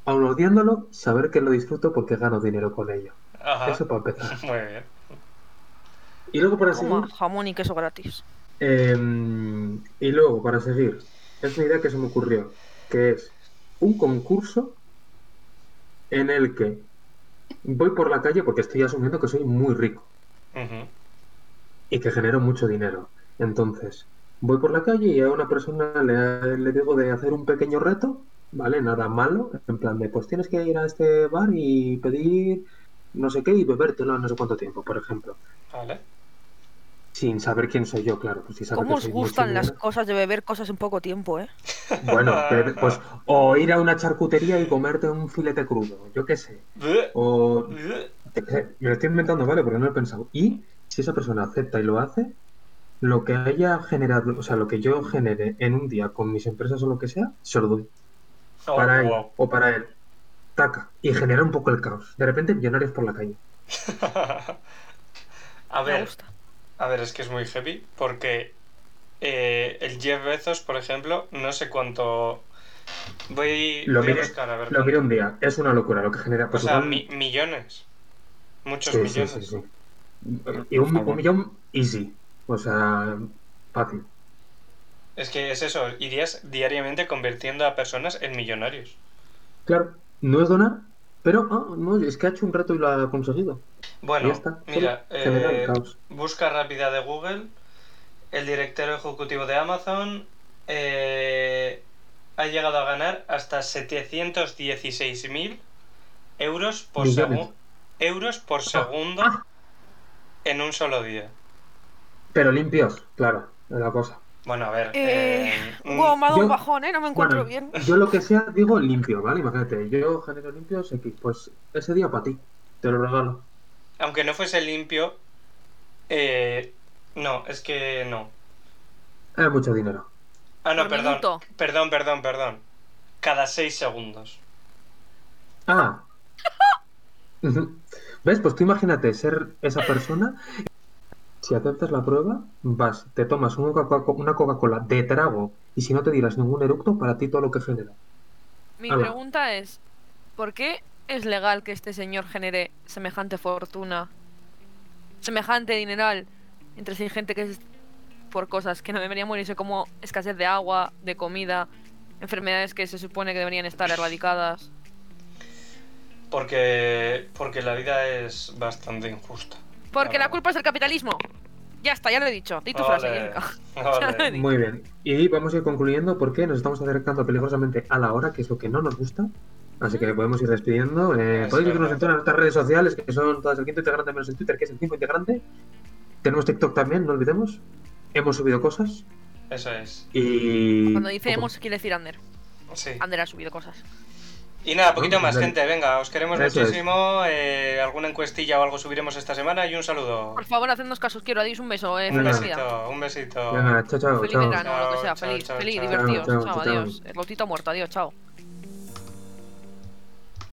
aun odiándolo, saber que lo disfruto porque gano dinero con ello.
Ajá.
Eso para empezar.
Muy bien.
Y luego para
Toma,
seguir,
jamón y queso gratis.
em, y luego para seguir, es una idea que se me ocurrió, que es un concurso en el que voy por la calle porque estoy asumiendo que soy muy rico.
Ujú.
y que genero mucho dinero. Entonces, voy por la calle y a una persona le, le digo de hacer un pequeño reto, ¿vale? Nada malo, en plan de, pues tienes que ir a este bar y pedir no sé qué y bebértelo en no sé cuánto tiempo, por ejemplo.
Vale.
Sin saber quién soy yo, claro. Pues si sabe
¿Cómo
que
os
soy
gustan las
mochilero.
cosas de beber cosas en poco tiempo, eh?
Bueno, bebe- pues o ir a una charcutería y comerte un filete crudo, yo qué sé. O eh, Me lo estoy inventando, ¿vale? Porque no lo he pensado. Y si esa persona acepta y lo hace, lo que haya generado, o sea, lo que yo genere en un día con mis empresas o lo que sea, se lo doy.
Oh,
para él
wow.
o para él. Taca. Y genera un poco el caos. De repente, millonarios por la calle.
A
Me
ver,
gusta.
a ver, es que es muy heavy porque eh, el Jeff Bezos, por ejemplo, no sé cuánto... Voy,
Lo
voy a
miro-
buscar, a ver.
Lo miro un día. Es una locura lo que genera.
o
Pues
sea,
igual-
mi- millones. Muchos
Sí, sí,
millones.
sí, sí. Y un, un millón easy. O sea, fácil.
Es que es eso, irías diariamente convirtiendo a personas en millonarios.
Claro, no es donar, pero ah, no, es que ha hecho un reto y lo ha conseguido.
Bueno,
ya está. Solo
mira,
generar
eh,
caos.
busca rápida de Google, el director ejecutivo de Amazon eh, ha llegado a ganar hasta 716.000 euros por,
Millones.
segu- euros por segundo en un solo día.
Pero limpios, claro, es la cosa.
Bueno, a ver.
Eh,
eh, mm,
Wow, me ha dado un
yo-
bajón, eh. No me encuentro
Bueno,
bien.
Yo lo que sea digo limpio, ¿vale? Imagínate, yo genero limpios X. Pues ese día para ti, te lo regalo.
aunque no fuese limpio, eh, no, es que no.
Es mucho dinero.
Ah, no,
Por
perdón.
minuto.
Perdón, perdón, perdón. Cada seis segundos.
Ah. Ujú. ¿Ves? Pues tú imagínate ser esa persona. Si aceptas la prueba, vas, te tomas una Coca- una Coca-Cola de trago y si no te dirás ningún eructo, para ti todo lo que genera.
Mi
Hala.
pregunta es, ¿por qué es legal que este señor genere semejante fortuna, semejante dineral entre sí gente que es por cosas que no deberían morirse como escasez de agua, de comida, enfermedades que se supone que deberían estar erradicadas?
Porque, porque la vida es bastante injusta.
Porque
Claro.
la culpa es del capitalismo. Ya está, ya lo he dicho. Di tu
Ole,
frase, Erika.
ole.
Ya lo he dicho.
Muy bien, y vamos a ir concluyendo porque nos estamos acercando peligrosamente a la hora, que es lo que no nos gusta. Así que podemos ir despidiendo. Eh,
Es
podéis seguirnos
verdad.
en todas nuestras redes sociales, que son todas el quinto integrante menos en Twitter, que es el quinto integrante. Tenemos TikTok también, no olvidemos. Hemos subido cosas
Eso es.
y.
Cuando dice
poco.
hemos, quiere decir Ander.
Sí.
Ander ha subido cosas.
Y nada, poquito más,
Dale.
gente. Venga, os queremos
Eso es.
muchísimo. Eh, alguna encuestilla o algo subiremos esta semana. Y un saludo.
Por favor, hacednos casos. Quiero adiós un beso. Eh,
Un
feliz vida.
Venga.
besito, un besito.
Venga, chao, chao,
Feliz
chao.
verano o lo que sea.
Chao,
Feliz,
chao,
feliz,
chao.
divertidos.
Chao,
Chao,
chao, chao.
adiós. El lotito muerto, adiós, chao.